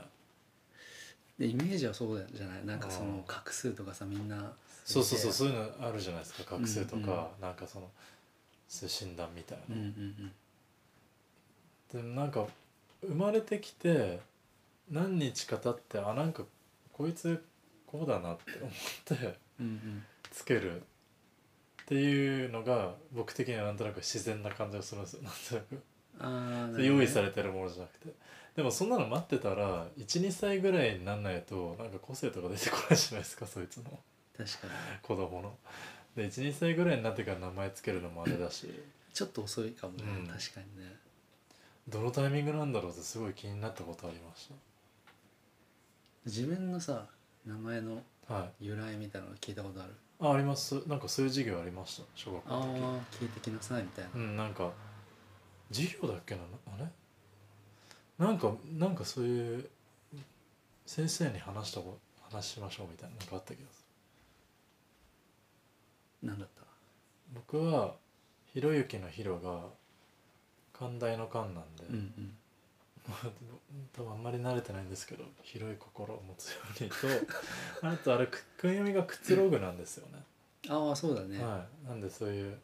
Speaker 1: でイメージはそうじゃないなんかその
Speaker 2: あー
Speaker 1: 画数とかさみんな
Speaker 2: そうそうそう
Speaker 1: う
Speaker 2: そういうのあるじゃないですか画数と
Speaker 1: うん
Speaker 2: か、なんかそのそういう診断みたい
Speaker 1: うん
Speaker 2: な、
Speaker 1: うんうん
Speaker 2: でもなんか生まれてきて何日か経ってあなんかこいつこうだなって思って
Speaker 1: うんうん
Speaker 2: つけるっていうのが僕的にはなんとなく自然な感じがするんですよなんとなく。
Speaker 1: ああ、
Speaker 2: それ用意さ
Speaker 1: れ
Speaker 2: れてるものじゃなくてでもそんなの待ってたら12歳ぐらいになんないとなんか個性とか出てこないじゃないですかそいつの
Speaker 1: 確かに
Speaker 2: 子供ので12歳ぐらいになってから名前つけるのもあれだし
Speaker 1: ちょっと遅いかもね、
Speaker 2: うん
Speaker 1: 確かにね
Speaker 2: どのタイミングなんだろうってすごい気になったことありまし
Speaker 1: 自分のさ名前の
Speaker 2: たはい
Speaker 1: 由来みたいなの聞いたことある
Speaker 2: あありますなんかそういう授業ありました小学校
Speaker 1: あ
Speaker 2: の時
Speaker 1: あ聞いてきなさいみたいな、
Speaker 2: うんなんか授業だっけなあれなんかなんかそういう先生に話したこ話しましょうみたいななんかあった気がする
Speaker 1: なんだった
Speaker 2: 僕はひろゆきのひろが寛大の寛なんで、
Speaker 1: うんうん
Speaker 2: [LAUGHS] 多分あんまり慣れてないんですけど広い心を持つようにと [LAUGHS] あとあれく訓読みがくつろぐなんですよね
Speaker 1: ああそうだね、
Speaker 2: はいなんでそういう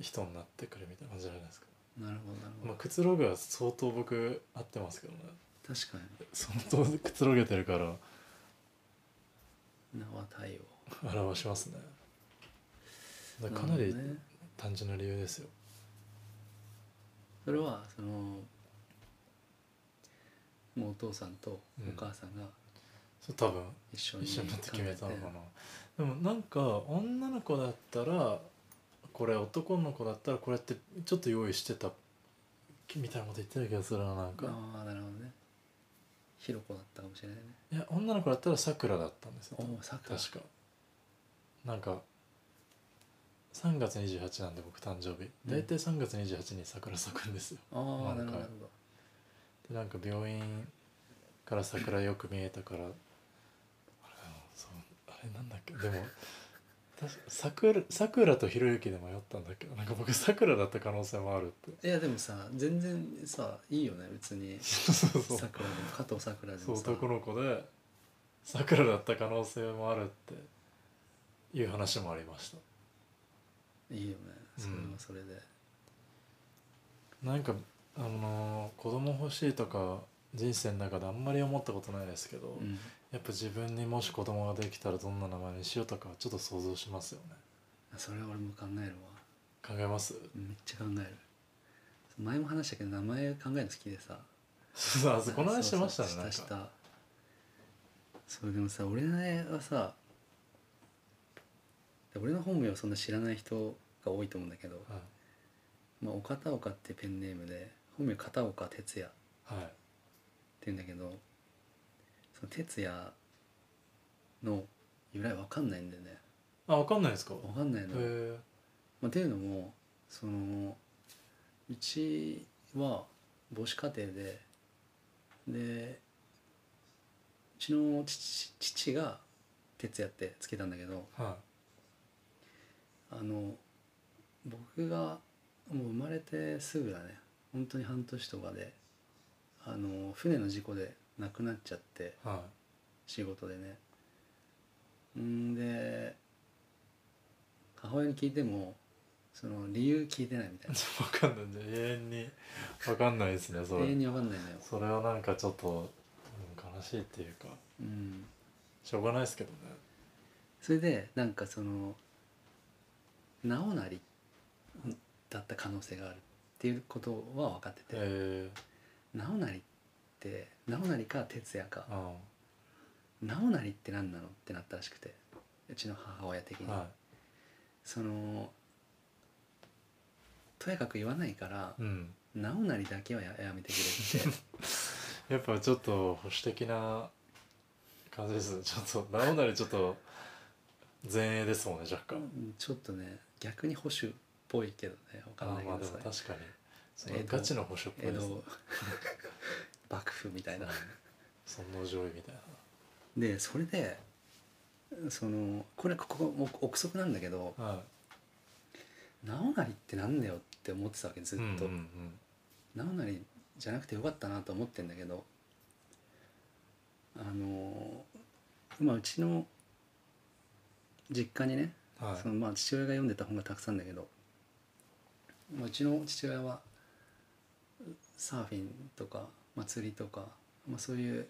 Speaker 2: 人になってくるみたいな感じじゃないですか、
Speaker 1: なるほどなるほど、
Speaker 2: まあ、くつろぐは相当僕合ってますけどね
Speaker 1: 確か
Speaker 2: 相当くつろげてるから
Speaker 1: に縄対応
Speaker 2: 表しますねだからかなり
Speaker 1: るほどね、
Speaker 2: 単純な理由ですよ、
Speaker 1: それはそのもうお父さんとお母さんが
Speaker 2: そう多分
Speaker 1: 一緒に
Speaker 2: 一緒になって決めたのか
Speaker 1: 考
Speaker 2: な、でもなんか女の子だったらこれ男の子だったらこれってちょっと用意してたみたいなこと言ってた気がするななん
Speaker 1: えて
Speaker 2: か、
Speaker 1: ああなるほどねひろこだったかもしれないね
Speaker 2: いや女の子だったらさくらだったんですよ
Speaker 1: おおさくら
Speaker 2: 確かなんか3月28なんで僕誕生日
Speaker 1: うん
Speaker 2: 大体3月28に桜咲くんですよ
Speaker 1: ああなる
Speaker 2: なん
Speaker 1: ほ
Speaker 2: か
Speaker 1: どなるほど
Speaker 2: でなんか病院から桜よく見えたからあれそうあれなんだっけでも確か桜桜とひろゆきで迷ったんだけどなんか僕桜だった可能性もあるって
Speaker 1: いやでもさ全然さいいよね別に
Speaker 2: そうそうそう
Speaker 1: さくらでも加藤さくらで
Speaker 2: そ
Speaker 1: も
Speaker 2: う
Speaker 1: さ
Speaker 2: 男の子で桜だった可能性もあるっていう話もありました
Speaker 1: いいよねそれはそれで、
Speaker 2: なんかあのー子供欲しいとか人生の中であんまり思ったことないですけど、
Speaker 1: うん
Speaker 2: やっぱ自分にもし子供ができたらどんな名前にしようとかはちょっと想像しますよね
Speaker 1: それは俺も考えるわ
Speaker 2: 考え
Speaker 1: [LAUGHS]
Speaker 2: ます
Speaker 1: めっちゃ考える前も話したけど名前考えるの好きでさ
Speaker 2: そうあそうこの話し
Speaker 1: そう
Speaker 2: まし
Speaker 1: そ
Speaker 2: た
Speaker 1: う
Speaker 2: ねなん
Speaker 1: し
Speaker 2: か
Speaker 1: たそうでもさ俺の絵はさ俺の本名はそんな知らない人が多いと思うんだけど、
Speaker 2: は
Speaker 1: まあ、岡田岡ってペンネームで本名片岡哲也っ
Speaker 2: い、はい、
Speaker 1: て言うんだけどその哲也の由来わかんないんだよね
Speaker 2: あわかんないですかへ
Speaker 1: わかんないの、
Speaker 2: え
Speaker 1: まあ、っていうのもそのうちは母子家庭ででうちの父父が徹也ってつけたんだけど
Speaker 2: は
Speaker 1: あの僕がもう生まれてすぐだね本当に半年とかであの船の事故で亡くなっちゃって
Speaker 2: い [LAUGHS] は
Speaker 1: 仕事でねんで母親に聞いてもその理由聞いてないみたい
Speaker 2: いちょわかんないんで永遠にわかんないですねそ
Speaker 1: な永
Speaker 2: れ
Speaker 1: 遠に分かんないのよ、
Speaker 2: それはなんかちょっと、うん、悲しいっていうか
Speaker 1: うん、
Speaker 2: しょうがないですけどね
Speaker 1: それでなんかその直成だった可能性があるっていうことは分かってて、
Speaker 2: へえ
Speaker 1: 直成って直成か哲也か
Speaker 2: あ
Speaker 1: 直成って何なのってなったらしくてうちの母親的に、
Speaker 2: は
Speaker 1: そのとやかく言わないから
Speaker 2: いうん
Speaker 1: 直成だけはややめてくれって
Speaker 2: やっぱちょっと保守的な感じですねちょっと直なりちょっと前衛ですもんね若干
Speaker 1: うんちょっとね逆に保守っぽいけどね分
Speaker 2: あ
Speaker 1: かんない
Speaker 2: まあ
Speaker 1: け
Speaker 2: で
Speaker 1: ど
Speaker 2: も
Speaker 1: さ
Speaker 2: 確かにその
Speaker 1: 江戸
Speaker 2: ガチの保守っぽ
Speaker 1: 江
Speaker 2: いですね
Speaker 1: 戸幕府みたいな。
Speaker 2: 尊王攘夷みたいな
Speaker 1: でそれでそのこれここもう憶測なんだけど
Speaker 2: はい
Speaker 1: 直成ってなんだよって思ってたわけずっ
Speaker 2: うん
Speaker 1: と、
Speaker 2: うん
Speaker 1: 直成じゃなくてよかったなと思ってんだけどあのまあうちの実家にね、
Speaker 2: うんはい
Speaker 1: そのまあ父親が読んでた本がたくさんだけど、まあ、うちの父親はサーフィンとか、まあ、釣りとか、まあ、そういう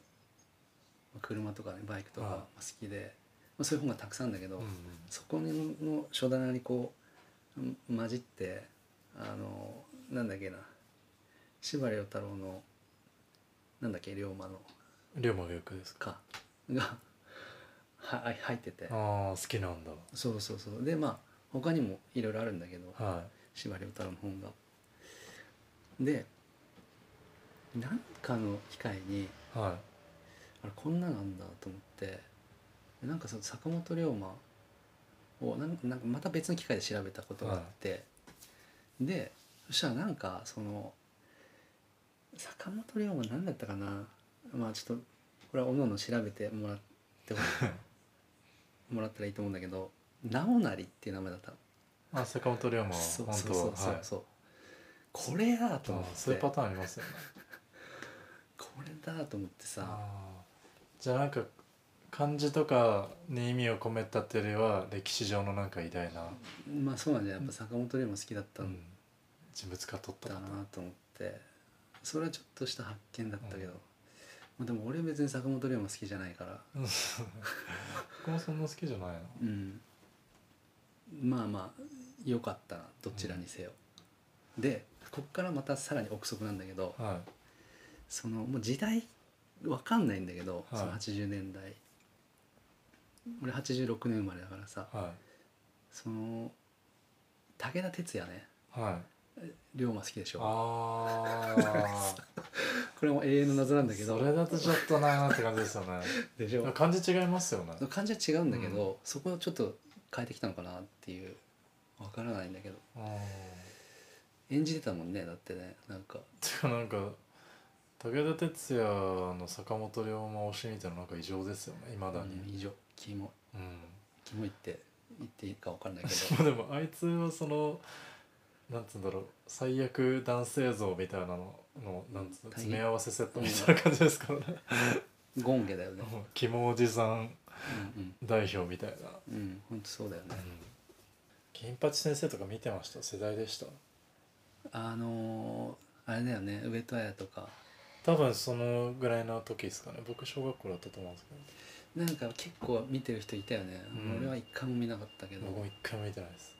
Speaker 1: まあ車とか、ね、バイクとか
Speaker 2: はい
Speaker 1: まあ好きで、まあ、そういう本がたくさんだけど、
Speaker 2: うんうん
Speaker 1: そこの書棚にこうん混じってあのなんだっけな司馬遼太郎のなんだっけ龍馬の
Speaker 2: 龍馬がよくですか
Speaker 1: かがははい入ってて
Speaker 2: ああ好きなんだ
Speaker 1: そうそうそうでまあ他にもいろいろあるんだけど
Speaker 2: は
Speaker 1: 司馬遼太郎の本が。でなんかの機会に
Speaker 2: いは
Speaker 1: あれこんななんだと思ってなんかその坂本龍馬をなんなんかまた別の機会で調べたことがあって、でそしたらなんかその坂本龍馬何だったかなまあちょっとこれはおのおの調べてもらってもら
Speaker 2: [LAUGHS]
Speaker 1: もらったらいいと思うんだけど直成っていう名前だったの
Speaker 2: いあ坂本龍馬は
Speaker 1: そう
Speaker 2: 本
Speaker 1: そう
Speaker 2: 当
Speaker 1: そ
Speaker 2: は
Speaker 1: うそう
Speaker 2: はい
Speaker 1: そうこれだと
Speaker 2: あ
Speaker 1: 思っ
Speaker 2: ー
Speaker 1: て
Speaker 2: そういうパターンありますよね
Speaker 1: れだと思ってさ
Speaker 2: あーじゃあなんか漢字とかに意味を込めたっていうよりは歴史上のなんか偉大な、
Speaker 1: まあそうなんじゃないやっぱ坂本龍馬好きだった
Speaker 2: うんん人物が取った
Speaker 1: だ
Speaker 2: か
Speaker 1: な
Speaker 2: と
Speaker 1: と思ってそれはちょっとした発見だったけど、まあ、でも俺別に坂本龍馬好きじゃないから
Speaker 2: うん僕もそんな好きじゃないの
Speaker 1: うんまあまあ良かったなどちらにせよ、でこっからまたさらに憶測なんだけど
Speaker 2: はい
Speaker 1: そのもう時代わかんないんだけど、
Speaker 2: はい
Speaker 1: その80年代俺86年生まれだからさ
Speaker 2: は
Speaker 1: その武田鉄矢ね
Speaker 2: いはい
Speaker 1: 龍馬好きでしょ
Speaker 2: あ [LAUGHS]
Speaker 1: これも永遠の謎なんだ
Speaker 2: あ
Speaker 1: け
Speaker 2: そ
Speaker 1: ど
Speaker 2: れだとちょっとなーって感じですよね
Speaker 1: でしょ
Speaker 2: 漢字違いますよね
Speaker 1: 感じは違うんだけど、そこをちょっと変えてきたのかなっていうわからないんだけど
Speaker 2: うん
Speaker 1: 演じてたもんねだってねなんか
Speaker 2: てかなんか武田鉄矢の坂本龍馬推しみたいななんか異常ですよねいまだ
Speaker 1: うん
Speaker 2: に
Speaker 1: 以上キモ
Speaker 2: うん、
Speaker 1: キモいって言っていいかわかんないけ
Speaker 2: まあ [LAUGHS] でもあいつはそのなんつうんだろう最悪男性像みたいなののなんつう
Speaker 1: うん
Speaker 2: の詰め合わせセットみたいな感じですからね [LAUGHS]
Speaker 1: どゴンゲだよね
Speaker 2: 肝おじさん
Speaker 1: うん
Speaker 2: 代表みたいな
Speaker 1: うんうんほんとそうだよね
Speaker 2: 金八先生とか見てました世代でした
Speaker 1: あのー、あれだよね上戸彩とか
Speaker 2: 多分そのぐらいの時ですかね僕小学校だったと思うんですけ
Speaker 1: なんか結構見てる人いたよね、
Speaker 2: うん
Speaker 1: 俺は一回も見なかったけど
Speaker 2: ど僕も一回も見てないです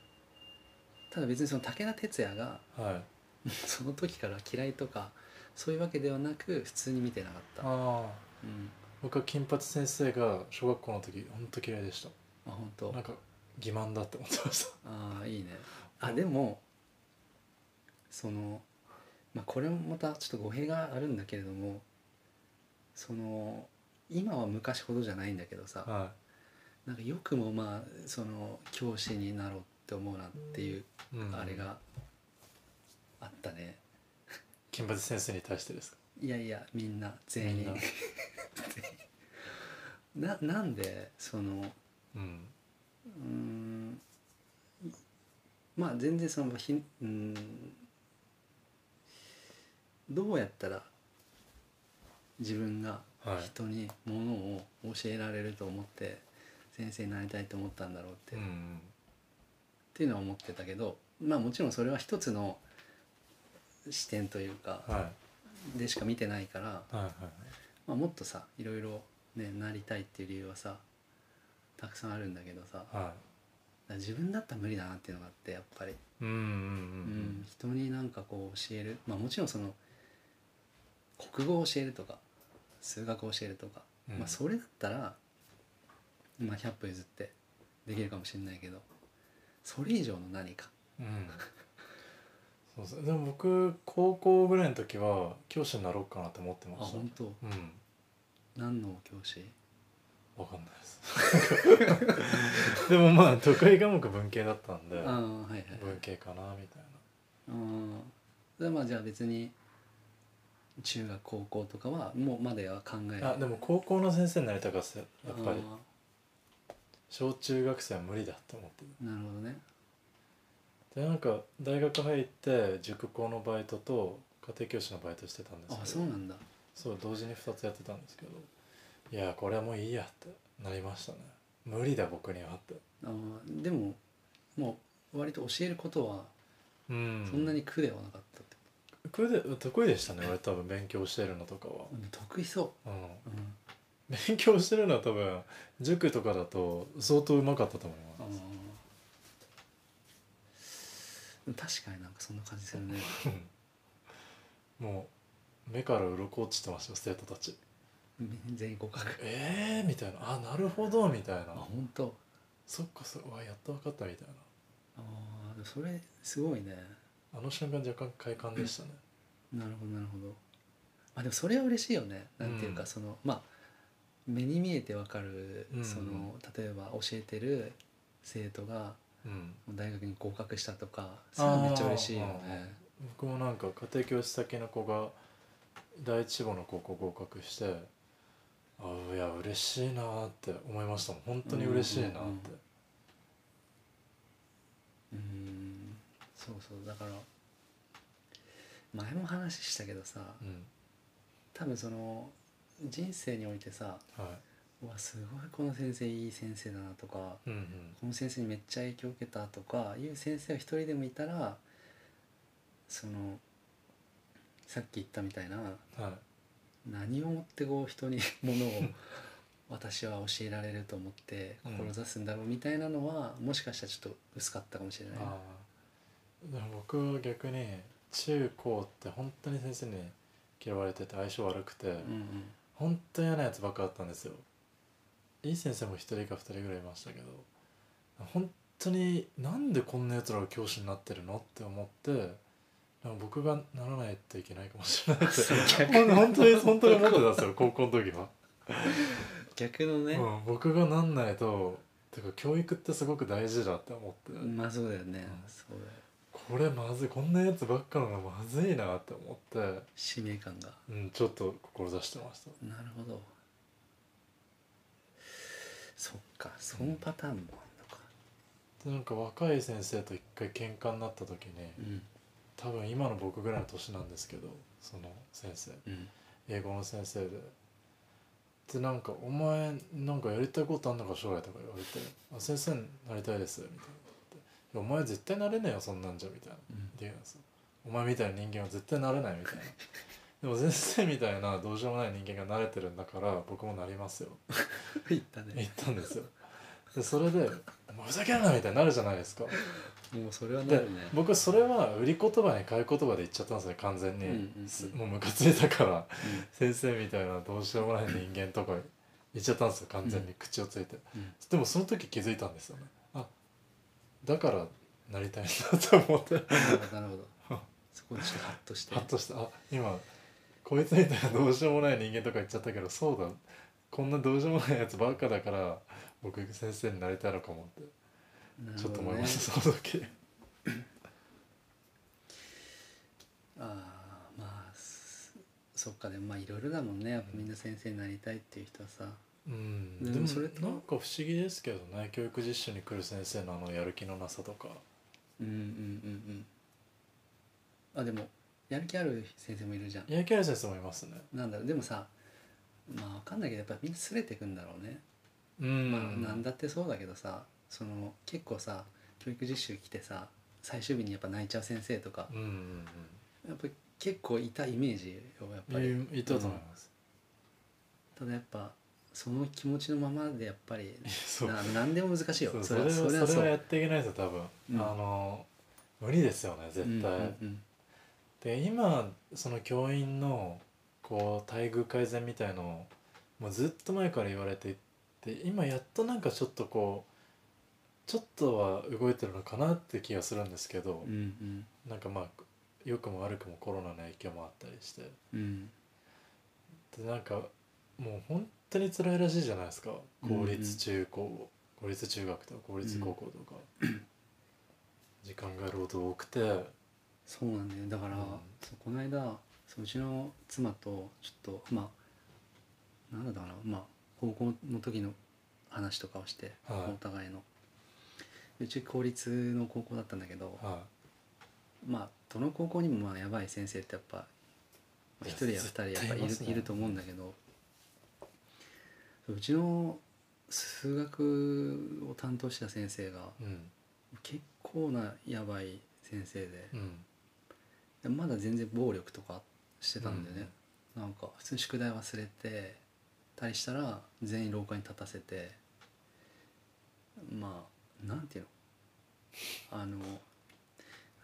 Speaker 1: ただ別にその武田鉄矢が [LAUGHS]
Speaker 2: はい
Speaker 1: その時から嫌いとかそういうわけではなく普通に見てなかった、
Speaker 2: ああ
Speaker 1: うん、
Speaker 2: 僕は金八先生が小学校の時本当嫌いでした
Speaker 1: あ本当。
Speaker 2: なんか欺瞞だって思ってまし
Speaker 1: ああいいねあでもそのまあこれもまたちょっと語弊があるんだけれどもその今は昔ほどじゃないんだけどさ [LAUGHS]
Speaker 2: たは
Speaker 1: なんかよくもまあその教師になろうって思うなっていう
Speaker 2: い、うん
Speaker 1: あれがあったね
Speaker 2: 金八先生に対してですか
Speaker 1: いやいやみんな全
Speaker 2: みん
Speaker 1: 員
Speaker 2: な
Speaker 1: [LAUGHS] ななんでその
Speaker 2: うん
Speaker 1: うーんまあ全然そのひんうーんどうやったら自分が
Speaker 2: はい
Speaker 1: 人にものを教えられると思って先生になりたいと思ったんだろうって、
Speaker 2: う
Speaker 1: っ
Speaker 2: ん
Speaker 1: ていうのは思ってたけどまあもちろんそれは一つの視点というか
Speaker 2: はい
Speaker 1: でしか見てないから、
Speaker 2: はいはいはい
Speaker 1: まあ、もっとさいろいろねなりたいっていう理由はさたくさんあるんだけどさ、
Speaker 2: は
Speaker 1: だから自分だったら無理だなっていうのがあってやっぱり、
Speaker 2: いうんうん
Speaker 1: うん人になんかこう教えるまあもちろんその国語を教えるとか数学を教えるとか、
Speaker 2: うん
Speaker 1: まあそれだったらまあ100歩譲ってできるかもしれないけどそれ以上の何か
Speaker 2: うんうんそうですねでも僕高校ぐらいの時は教師になろうかなって思って
Speaker 1: あ
Speaker 2: ました
Speaker 1: 本当
Speaker 2: うん
Speaker 1: 何の教師
Speaker 2: わかんないです [LAUGHS] でもまあ得意科目文系だったんで
Speaker 1: ああはいはい
Speaker 2: 文系かなみたい
Speaker 1: うんでまあじゃあ別に中学高校とかはもうまでは考え
Speaker 2: なあでも高校の先生になりたかったっすやっぱり
Speaker 1: あ
Speaker 2: 小中学生は無理だって思って
Speaker 1: ーなるほどね
Speaker 2: でなんか大学入って塾講のバイトと家庭教師のバイトしてたんですけど
Speaker 1: あそうなんだ
Speaker 2: そう同時に2つやってたんですけどいやこれはもういいやってなりましたね無理だ僕にはって
Speaker 1: あーでももう割と教えることは
Speaker 2: うん
Speaker 1: そんなに苦ではなかったって、
Speaker 2: これで得意でしたね俺多分勉強してるのとかは
Speaker 1: うん得意そ
Speaker 2: うん
Speaker 1: う、うん
Speaker 2: 勉強してるのは多分塾とかだと相当うまかったと思い
Speaker 1: あ
Speaker 2: ます
Speaker 1: ー確かになんかそんな感じする
Speaker 2: [LAUGHS]
Speaker 1: ね
Speaker 2: もう目から鱗落ちてましたよ生徒たち
Speaker 1: 全員合格
Speaker 2: えー、みたいなあなるほどみたい
Speaker 1: あ
Speaker 2: な
Speaker 1: 本当
Speaker 2: そっかそっかやっと分かったみたい
Speaker 1: ああーそれすごいね
Speaker 2: なあの瞬間若干快感でしたね
Speaker 1: なるほどなるほどあでもそれは嬉しいよねなんていうか、
Speaker 2: うん
Speaker 1: そのまあ目に見えてわかる、
Speaker 2: うん
Speaker 1: その例えば教えてる生徒が
Speaker 2: うん
Speaker 1: 大学に合格したとかそれはめっちゃ嬉しいよね
Speaker 2: 僕もなんか家庭教師先の子が第一志望の高校合格してあいや嬉しいなーって思いましたもん本当に嬉しいなって、
Speaker 1: うんうんうんうーんそうそうだから前も話したけどさ
Speaker 2: うん
Speaker 1: 例多分その人生においてさ
Speaker 2: は
Speaker 1: うわすごいこの先生いい先生だなとか
Speaker 2: い、うんうん、
Speaker 1: この先生にめっちゃ影響を受けたとかいう先生が一人でもいたらそのさっき言ったみたいな
Speaker 2: はい、
Speaker 1: 何をもってこう人に [LAUGHS] ものを私は教えられると思って
Speaker 2: うん
Speaker 1: 志すんだろうみたいなのは、もしかしたらちょっと薄かったかもしれない
Speaker 2: ああでも僕は逆に中高って本当に先生に嫌われてて相性悪くて、
Speaker 1: うんうん
Speaker 2: 本当に嫌なやつばっかだったんですよいい先生も一人か二人ぐらいいましたけど本当になんでこんなやつらが教師になってるのって思ってでも僕がならないといけないかもしれないって
Speaker 1: そう逆
Speaker 2: ほん [LAUGHS] 本当に本当に思ってたんですよ高校の時は、
Speaker 1: 逆のね、
Speaker 2: うん、僕がなんないとてか教育ってすごく大事だって思って、
Speaker 1: まあそうだよね、
Speaker 2: うん
Speaker 1: そうだよ
Speaker 2: これまずいこんなやつばっかのがまずいなって思って、
Speaker 1: 使命感が
Speaker 2: うん、ちょっと志してました
Speaker 1: なるほどそっかそのパターンもあるのか
Speaker 2: でなんか若い先生と一回喧嘩になった時に
Speaker 1: うん
Speaker 2: 多分今の僕ぐらいの年なんですけどその先生
Speaker 1: うん
Speaker 2: 英語の先生ででなんか「お前なんかやりたいことあんのか将来」とか言われて「あ先生になりたいです」みたいな「いやお前絶対なれねえよそんなんじゃ」みたいな
Speaker 1: うん
Speaker 2: でお前みたいな人間は絶対なれない
Speaker 1: [LAUGHS]
Speaker 2: みたいなでも先生みたいなどうしようもない人間が慣れてるんだから僕もなりますよ
Speaker 1: 言った
Speaker 2: 言っ
Speaker 1: ね
Speaker 2: たんですよでそれで「お前ふざけんな」みたいになるじゃないですか
Speaker 1: もうそれはな
Speaker 2: で
Speaker 1: るね
Speaker 2: 僕それは売り言葉に買い言葉で言っちゃったんですね完全に、
Speaker 1: うんうんうん
Speaker 2: すもうムカついたから先生みたいなどうしようもない人間とか言っちゃったんですよ完全
Speaker 1: う
Speaker 2: に口をついて、
Speaker 1: うんうん
Speaker 2: でもその時気づいたんですよねあだからなりたいんだと思って
Speaker 1: なるほどなるほ [LAUGHS] どそこにちょっとハッとして
Speaker 2: ハッとしてあ今こいつみたいなどうしようもない人間とか言っちゃったけどそうだこんなどうしようもないやつばっかだから僕先生になりたいのかもって
Speaker 1: なる
Speaker 2: ち
Speaker 1: ほ
Speaker 2: ょっと
Speaker 1: ど
Speaker 2: 思い
Speaker 1: ね
Speaker 2: ました、その時
Speaker 1: ああまあすそっかでもまあいろいろだもんねやっぱみんな先生になりたいっていう人はさ
Speaker 2: うん
Speaker 1: で
Speaker 2: で
Speaker 1: も
Speaker 2: も
Speaker 1: そ
Speaker 2: そ
Speaker 1: れ
Speaker 2: れ
Speaker 1: と
Speaker 2: なんか不思議ですけどね教育実習に来る先生のあのやる気のなさとか
Speaker 1: うんうんうんうんあでもやる気ある先生もいるじゃん
Speaker 2: やる気ある先生もいますね
Speaker 1: なんだろうでもさまあわかんないけどやっぱみんなすれてくんだろうね
Speaker 2: うん、
Speaker 1: まあ、なんだってそうだけどさその結構さ教育実習来てさ最終日にやっぱ泣いちゃう先生とか
Speaker 2: うんうん
Speaker 1: やっぱ結構いたイメージよやっ
Speaker 2: う
Speaker 1: ぱり、
Speaker 2: んいいたと思います、
Speaker 1: ただやっぱその気持ちのままでやっぱり
Speaker 2: [LAUGHS] そう
Speaker 1: な何でも難しいよ
Speaker 2: そう
Speaker 1: そ
Speaker 2: そ
Speaker 1: れ
Speaker 2: れ
Speaker 1: はそれは
Speaker 2: はそれは
Speaker 1: そう
Speaker 2: やっていけないですよ多分、
Speaker 1: うん
Speaker 2: あの無理ですよね絶対、
Speaker 1: うんうん
Speaker 2: で今その教員のこう待遇改善みたいのをもうずっと前から言われていて今やっとなんかちょっとこうちょっとは動いてるのかなって気がするんですけど、
Speaker 1: うんうん
Speaker 2: なんかまあ良くも悪くもコロナの影響もあったりして
Speaker 1: うん
Speaker 2: でなんかもう本当に辛いらしいじゃないですか
Speaker 1: うんうん
Speaker 2: 公立中高、公立中学とか公立高校とか、時間外労働多くて
Speaker 1: そうなんだよだから、
Speaker 2: うん
Speaker 1: そうこの間そううちの妻とちょっとまあなんだったかなまあ高校の時の話とかをして、
Speaker 2: はい
Speaker 1: お互いのうち公立の高校だったんだけど、
Speaker 2: は
Speaker 1: まあどの高校にもまあやばい先生ってやっぱ
Speaker 2: い
Speaker 1: 一人
Speaker 2: や
Speaker 1: や二人やっぱ
Speaker 2: 絶
Speaker 1: い
Speaker 2: 対い
Speaker 1: る
Speaker 2: ますね
Speaker 1: いると思うんだけどうちの数学を担当してた先生が
Speaker 2: いうん
Speaker 1: 結構なやばい先生で
Speaker 2: うん
Speaker 1: でまだ全然暴力とかしてたんだよね、なんか普通に宿題忘れてたりしたら全員廊下に立たせてまあなんていうのあの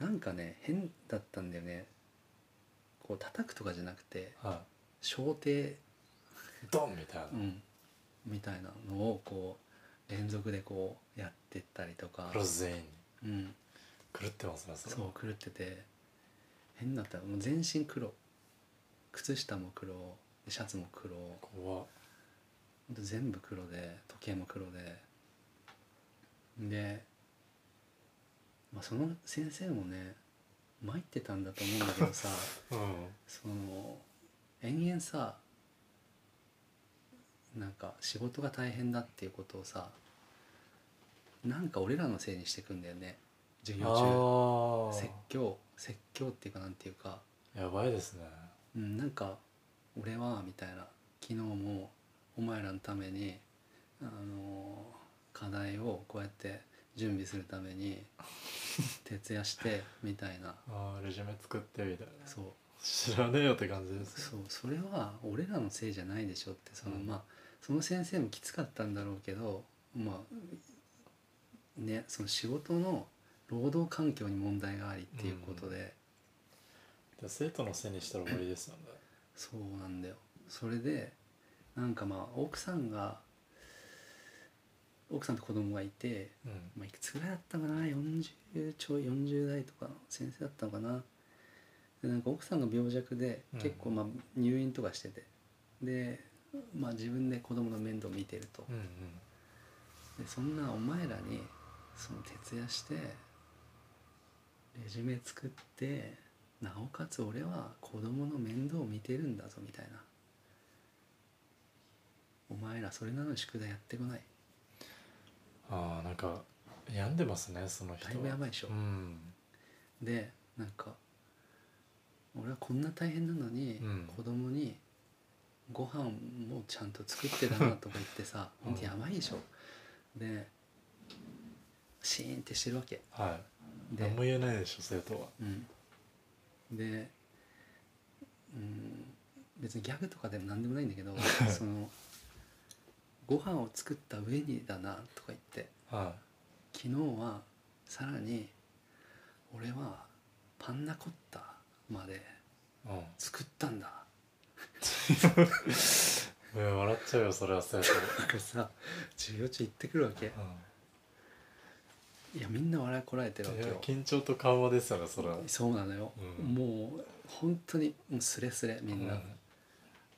Speaker 1: なんかね変だったんだよねこう叩くとかじゃなくて
Speaker 2: は
Speaker 1: 小手、
Speaker 2: いドンみたいな、
Speaker 1: うん、みたいなのをこう連続でこうやってったりとか
Speaker 2: ク、ロス全員
Speaker 1: うん、
Speaker 2: 狂ってますねそれ
Speaker 1: そう狂ってて変だったもう全身黒靴下も黒シャツも黒
Speaker 2: 怖っ
Speaker 1: ほんと全部黒で時計も黒でで、まあ、その先生もね参ってたんだと思うんだけどさ
Speaker 2: うん
Speaker 1: その延々さなんか仕事が大変だっていうことをさなんか俺らのせいにしてくんだよね授業中
Speaker 2: あ
Speaker 1: 説教説教っていうかなんていうか
Speaker 2: あやばいですね
Speaker 1: うん、なんか俺は」みたいな昨日もお前らのために、あの課題をこうやって準備するために徹夜してみたいな
Speaker 2: ああレジュメ作ってみたいな
Speaker 1: そう
Speaker 2: 知らねえよって感じです
Speaker 1: そうそれは俺らのせいじゃないでしょってその、
Speaker 2: うん
Speaker 1: まあその先生もきつかったんだろうけどまあねその仕事の労働環境に問題がありっていうことで、
Speaker 2: で生徒のせいにしたら終わりですよね
Speaker 1: そうなんだよそれでなんかまあ奥さんが奥さんと子供がいて、
Speaker 2: うん
Speaker 1: まあ、いくつぐらいだったかな40ちょい40代とかの先生だったのかなでなんか奥さんが病弱で
Speaker 2: うん
Speaker 1: 結構まあ入院とかしてて、で、まあ、自分で子供の面倒見てると、
Speaker 2: うん
Speaker 1: でそんなお前らにその徹夜してレジュメ作ってなおかつ俺は子供の面倒を見てるんだぞみたいなお前らそれなのに宿題やってこない
Speaker 2: ああなんか病んでますねその人
Speaker 1: だいぶやばいでしょ、
Speaker 2: うん
Speaker 1: でなんか俺はこんな大変なのに、
Speaker 2: うん
Speaker 1: 子供にご飯もちゃんと作ってたなとか言ってさ
Speaker 2: [LAUGHS] うん
Speaker 1: ほんとやばいでしょでシーンってしてるわけ
Speaker 2: はい
Speaker 1: で
Speaker 2: 何も言えないでしょ生徒は
Speaker 1: うん、で、うん、別にギャグとかでも何でもないんだけどそのご飯を作った上にだなとか言って
Speaker 2: は
Speaker 1: 昨日はさらに俺はパンナコッタまで
Speaker 2: い、うん
Speaker 1: 作ったんだ
Speaker 2: えー笑っちゃうよそれは生徒、 [LAUGHS]
Speaker 1: なんかさ授業中行ってくるわけいやみんな笑いこらえてる
Speaker 2: う
Speaker 1: わ
Speaker 2: ん、い
Speaker 1: け
Speaker 2: や
Speaker 1: よ
Speaker 2: 緊張と緩和ですよねそれは
Speaker 1: そうなのよ、
Speaker 2: うん
Speaker 1: もう本当にもうスレスレみんな、
Speaker 2: う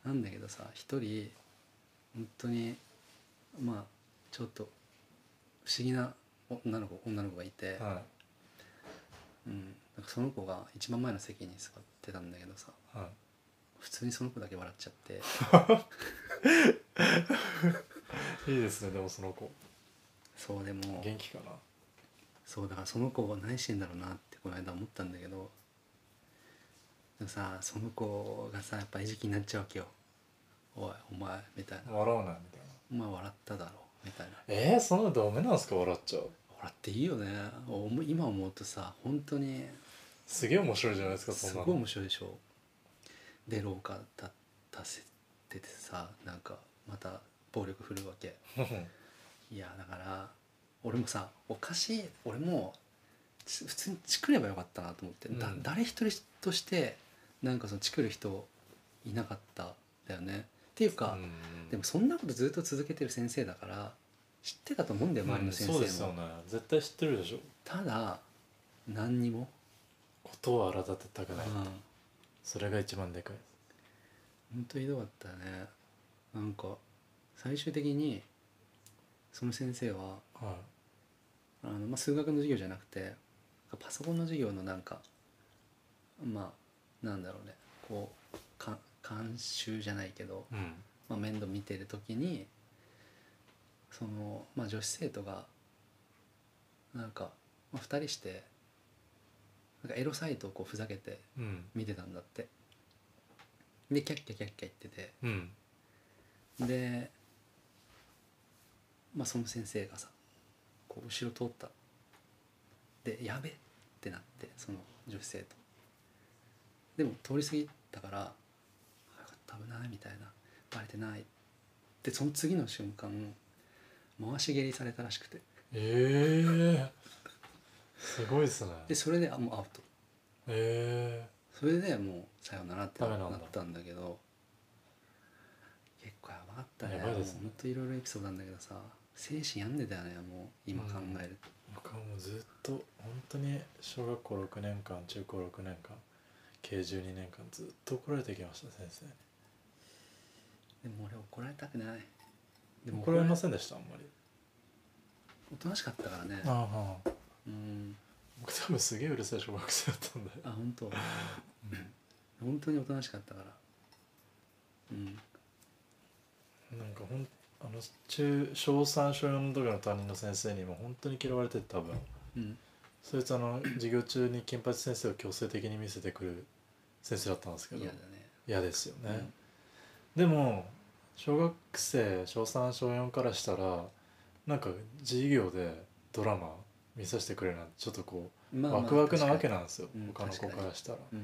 Speaker 1: なんだけどさ一人本当にまあちょっと不思議な女の子女の子がいて、
Speaker 2: は
Speaker 1: うん、なんかその子が一番前の席に座ってたんだけどさ
Speaker 2: いは
Speaker 1: 普通にその子だけ笑っちゃって [LAUGHS]
Speaker 2: い、いいですねでもその子
Speaker 1: そうでも
Speaker 2: 元気かな
Speaker 1: そうだからその子は何してんだろうなってこの間思ったんだけどでもさその子がさやっぱ餌食になっちゃうわけよ「おいお前」みたいな
Speaker 2: 笑わないみたい
Speaker 1: 「
Speaker 2: な
Speaker 1: お前笑っただろ」みたいな
Speaker 2: えー、そんなのダメなんですか笑っちゃう
Speaker 1: 笑っていいよねおも今思うとさ本当に
Speaker 2: すげえ面白いじゃないですかそ
Speaker 1: す
Speaker 2: んな
Speaker 1: ごい
Speaker 2: の
Speaker 1: 面白いでしょで廊下立たせててさなんかまた暴力振るうわけいやだから俺もさおかしい俺もち普通にチクればよかったなと思って、だ
Speaker 2: うん
Speaker 1: 誰一人としてなんかそのチクる人いなかったんだよねっていうか、
Speaker 2: うん
Speaker 1: でもそんなことずっと続けてる先生だから知ってたと思うんだよ周りの先生も、
Speaker 2: うんそうですよね絶対知ってるでしょ
Speaker 1: ただ何にも、
Speaker 2: ことを荒立てたくない、
Speaker 1: うん
Speaker 2: それが一番でかいです
Speaker 1: 本当ひどかったねなんか最終的にその先生は
Speaker 2: はい
Speaker 1: あの、まあ、数学の授業じゃなくてパソコンの授業のなんかまあなんだろうねこうか監修じゃないけど、
Speaker 2: うん
Speaker 1: まあ、面倒見てる時にその、まあ、女子生徒がなんか、まあ、2人してなんかエロサイトをこうふざけて
Speaker 2: うん
Speaker 1: 見てたんだってでキャッキャキャッキャ言ってて
Speaker 2: うん
Speaker 1: で、まあ、その先生がさこう後ろ通ったでやべってなってその女子生徒でも通り過ぎたからあよかった危ないみたいなバレてないでその次の瞬間回し蹴りされたらしくて
Speaker 2: ええすごいですね
Speaker 1: でそれであもうアウト
Speaker 2: え
Speaker 1: それでもうさよならって
Speaker 2: ダメ
Speaker 1: な
Speaker 2: なんだ
Speaker 1: ったんだけど結構やばかったね
Speaker 2: やばいですね
Speaker 1: もうほんといろいろエピソードなんだけどさ精神病んでたよねもう今考えると、
Speaker 2: え僕はもうずっと本当に小学校6年間中高6年間計12年間ずっと怒られてきました先生に
Speaker 1: でも俺怒られたくないで
Speaker 2: 怒られま
Speaker 1: ん
Speaker 2: せんでしたあんまり
Speaker 1: おとなしかったからね
Speaker 2: ああ
Speaker 1: うん
Speaker 2: 僕多分すげえうるさい小学生だったんだよ
Speaker 1: あ本当、本当におとなしかったからうん
Speaker 2: なんかほんあの中小3小4の時の担任の先生にも本当に嫌われてて多分
Speaker 1: うん
Speaker 2: そいつあの授業中に金八先生を強制的に見せてくる先生だったんですけど
Speaker 1: 嫌だね
Speaker 2: 嫌ですよね、
Speaker 1: うん
Speaker 2: でも小学生小3小4からしたらなんか授業でドラマ見させてくれるなんてちょっとこう、
Speaker 1: まあまあ
Speaker 2: ワクワクなわ
Speaker 1: 確
Speaker 2: け
Speaker 1: か
Speaker 2: なんですよ、
Speaker 1: うん
Speaker 2: 他の子
Speaker 1: 確か
Speaker 2: か
Speaker 1: に
Speaker 2: らしたら。
Speaker 1: に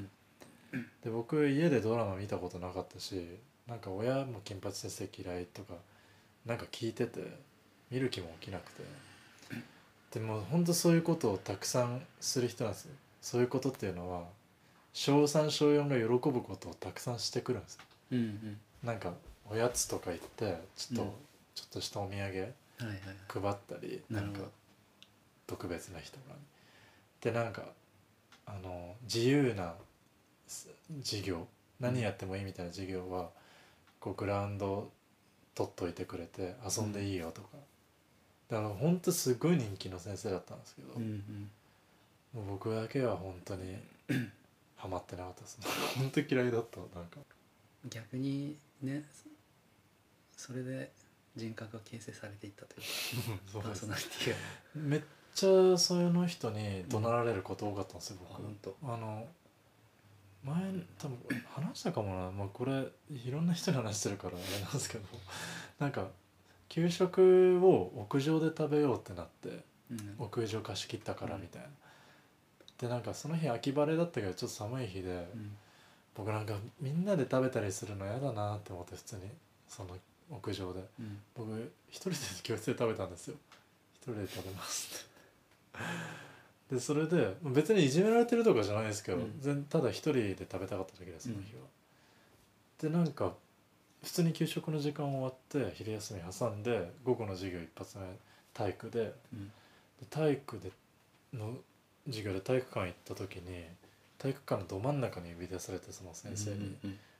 Speaker 1: うん
Speaker 2: で僕家でドラマ見たことなかったしなんか親も「金八先生嫌い」とかなんか聞いてて見る気も起きなくてでもほんとそういうことをたくさんする人なんですよそういうことっていうのは小3小4が喜ぶことをたくさんしてくるんですよ
Speaker 1: うん
Speaker 2: なんかおやつとか行ってちょっと、
Speaker 1: うん
Speaker 2: ちょっとしたお土
Speaker 1: うん
Speaker 2: 産
Speaker 1: はいはいはい
Speaker 2: 配ったり
Speaker 1: な
Speaker 2: な
Speaker 1: る
Speaker 2: ん
Speaker 1: ほど
Speaker 2: か特別な人がでなんかあの自由なす授業何やってもいいみたいな授業はこうグラウンド取っといてくれて遊んでいいよとか、だからほんとすごい人気の先生だったんですけど、
Speaker 1: うんうん
Speaker 2: もう僕だけは本当にハマってなかったですね [LAUGHS] 本当嫌いだったなんか
Speaker 1: 逆にねそそれで人格が形成されていったという
Speaker 2: そう
Speaker 1: パ
Speaker 2: で
Speaker 1: ー
Speaker 2: す
Speaker 1: ソナリティが
Speaker 2: めっちゃその人に怒鳴られること多かったんですよ、
Speaker 1: あ本当
Speaker 2: 僕あの前多分話したかもな、まあ、これいろんな人に話してるからあれなんですけどなんか給食を屋上で食べようってなって
Speaker 1: うん
Speaker 2: 屋上貸し切ったからみたいな、でなんかその日秋晴れだったけどちょっと寒い日で、
Speaker 1: うん
Speaker 2: 僕なんかみんなで食べたりするの嫌だなって思って普通にその屋上で
Speaker 1: うん
Speaker 2: 僕一人で教室で食べたんですよ一人で食べますってでそれで別にいじめられてるとかじゃないですけど、
Speaker 1: うん
Speaker 2: 全ただ一人で食べたかっただけですその日は、でなんか普通に給食の時間終わって昼休み挟んで午後の授業一発目体育で
Speaker 1: うん
Speaker 2: で体育での授業で体育館行った時に体育館のど真ん中に呼び出されてその先生に、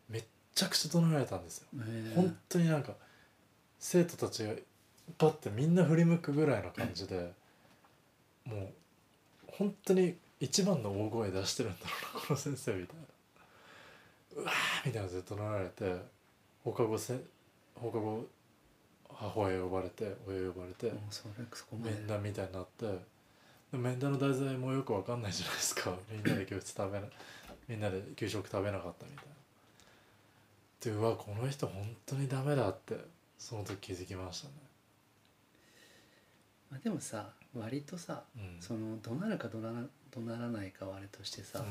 Speaker 2: めっ
Speaker 1: うん
Speaker 2: ちゃくちゃ怒鳴られたんですよ
Speaker 1: うんうんへえ
Speaker 2: 本当になんか生徒たちがパッてみんな振り向くぐらいの感じでもう本当に一番の大声出してるんだろうなこの先生みたいなうわーみたいなずっと怒鳴られて放課後せ放課後母親呼ばれて親呼ばれて
Speaker 1: もうそれそこまで
Speaker 2: 面談みたいになってで面談の題材もよくわかんないじゃないですか [LAUGHS] みんなで教室食べなみんなで給食食べなかったみたいなでうわこの人本当にダメだってその時気づきましたね
Speaker 1: まあでもさ割とさ
Speaker 2: うん
Speaker 1: その怒鳴るか怒鳴ら怒鳴らないかはあれとしてさ、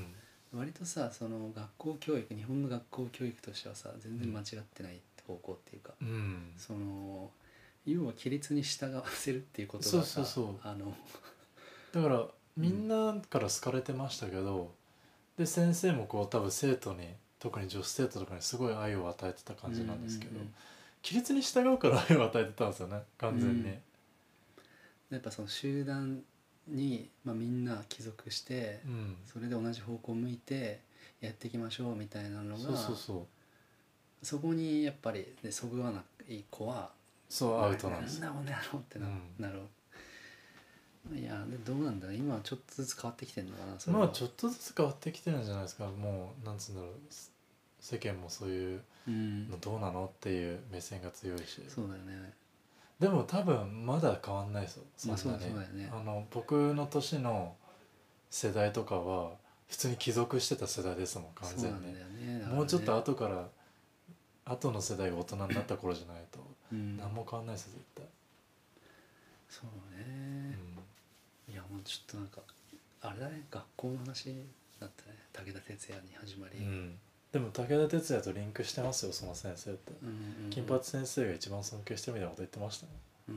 Speaker 1: 割とさその学校教育日本の学校教育としてはさ全然間違ってない方向っていうか、
Speaker 2: うん、うん、
Speaker 1: その要は規律に従わせるっていうことがさ
Speaker 2: そうそうそう
Speaker 1: あの
Speaker 2: だからみんなから好かれてましたけど、で先生もこう多分生徒に特に女子生徒とかにすごい愛を与えてた感じなんですけど、
Speaker 1: うううん
Speaker 2: 規律に従うから愛を与えてたんですよね完全に、
Speaker 1: うんやっぱその集団に、まあ、みんな帰属して、
Speaker 2: うん
Speaker 1: それで同じ方向向いてやっていきましょうみたいなのが
Speaker 2: そうそうそう
Speaker 1: そこにやっぱりでそぐわない子は
Speaker 2: そうアウトなんです
Speaker 1: ななんだこの野郎ってな,、
Speaker 2: うん
Speaker 1: なるいやでどうなんだろう今はちょっとずつ変わってきてるのかなそれは
Speaker 2: まあちょっとずつ変わってきてるんじゃないですかもうなんつうんだろうす世間もそういう
Speaker 1: うん
Speaker 2: のどうなのっていう目線が強いし
Speaker 1: そうだよね
Speaker 2: でも多分まだ変わんないですよ
Speaker 1: まあ
Speaker 2: そんな
Speaker 1: そう
Speaker 2: に、
Speaker 1: だそうだよね
Speaker 2: あの僕の年の世代とかは普通に帰属してた世代ですもん完
Speaker 1: そう
Speaker 2: 全
Speaker 1: なん
Speaker 2: に、
Speaker 1: だよねだからね
Speaker 2: もうちょっと後から後の世代が大人になった頃じゃないと
Speaker 1: うん
Speaker 2: 何も変わんないですよ絶対、
Speaker 1: そうね、いやもうちょっとなんかあれだね学校の話だったね武田鉄矢に始まり、
Speaker 2: うんうんでも武田鉄矢とリンクしてますよその先生って、
Speaker 1: うんうんうん
Speaker 2: 金八先生が一番尊敬してるみたいなこと言ってましたね
Speaker 1: うん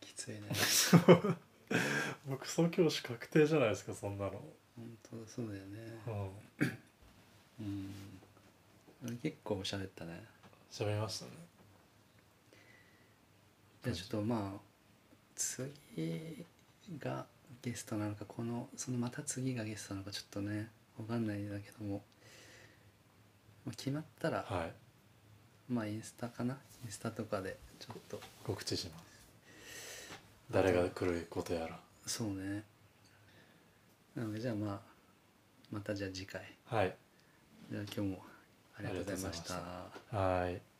Speaker 1: きついね
Speaker 2: 僕宗教師確定じゃないですかそんなの、
Speaker 1: 本当だそうだよね
Speaker 2: うん、
Speaker 1: うんあれ結構喋ったね
Speaker 2: 喋りましたね
Speaker 1: じゃあちょっとまあ次がゲストなのかこのそのまた次がゲストなのかちょっとねわかんないんだけども、まあ、決まったら、
Speaker 2: はい
Speaker 1: まあインスタかなインスタとかでちょっと
Speaker 2: 告知します誰が来ることやら
Speaker 1: そうねなのでじゃあまあまたじゃあ次回
Speaker 2: はい
Speaker 1: じゃあ今日もありがとうございました
Speaker 2: ありがとうございましたはい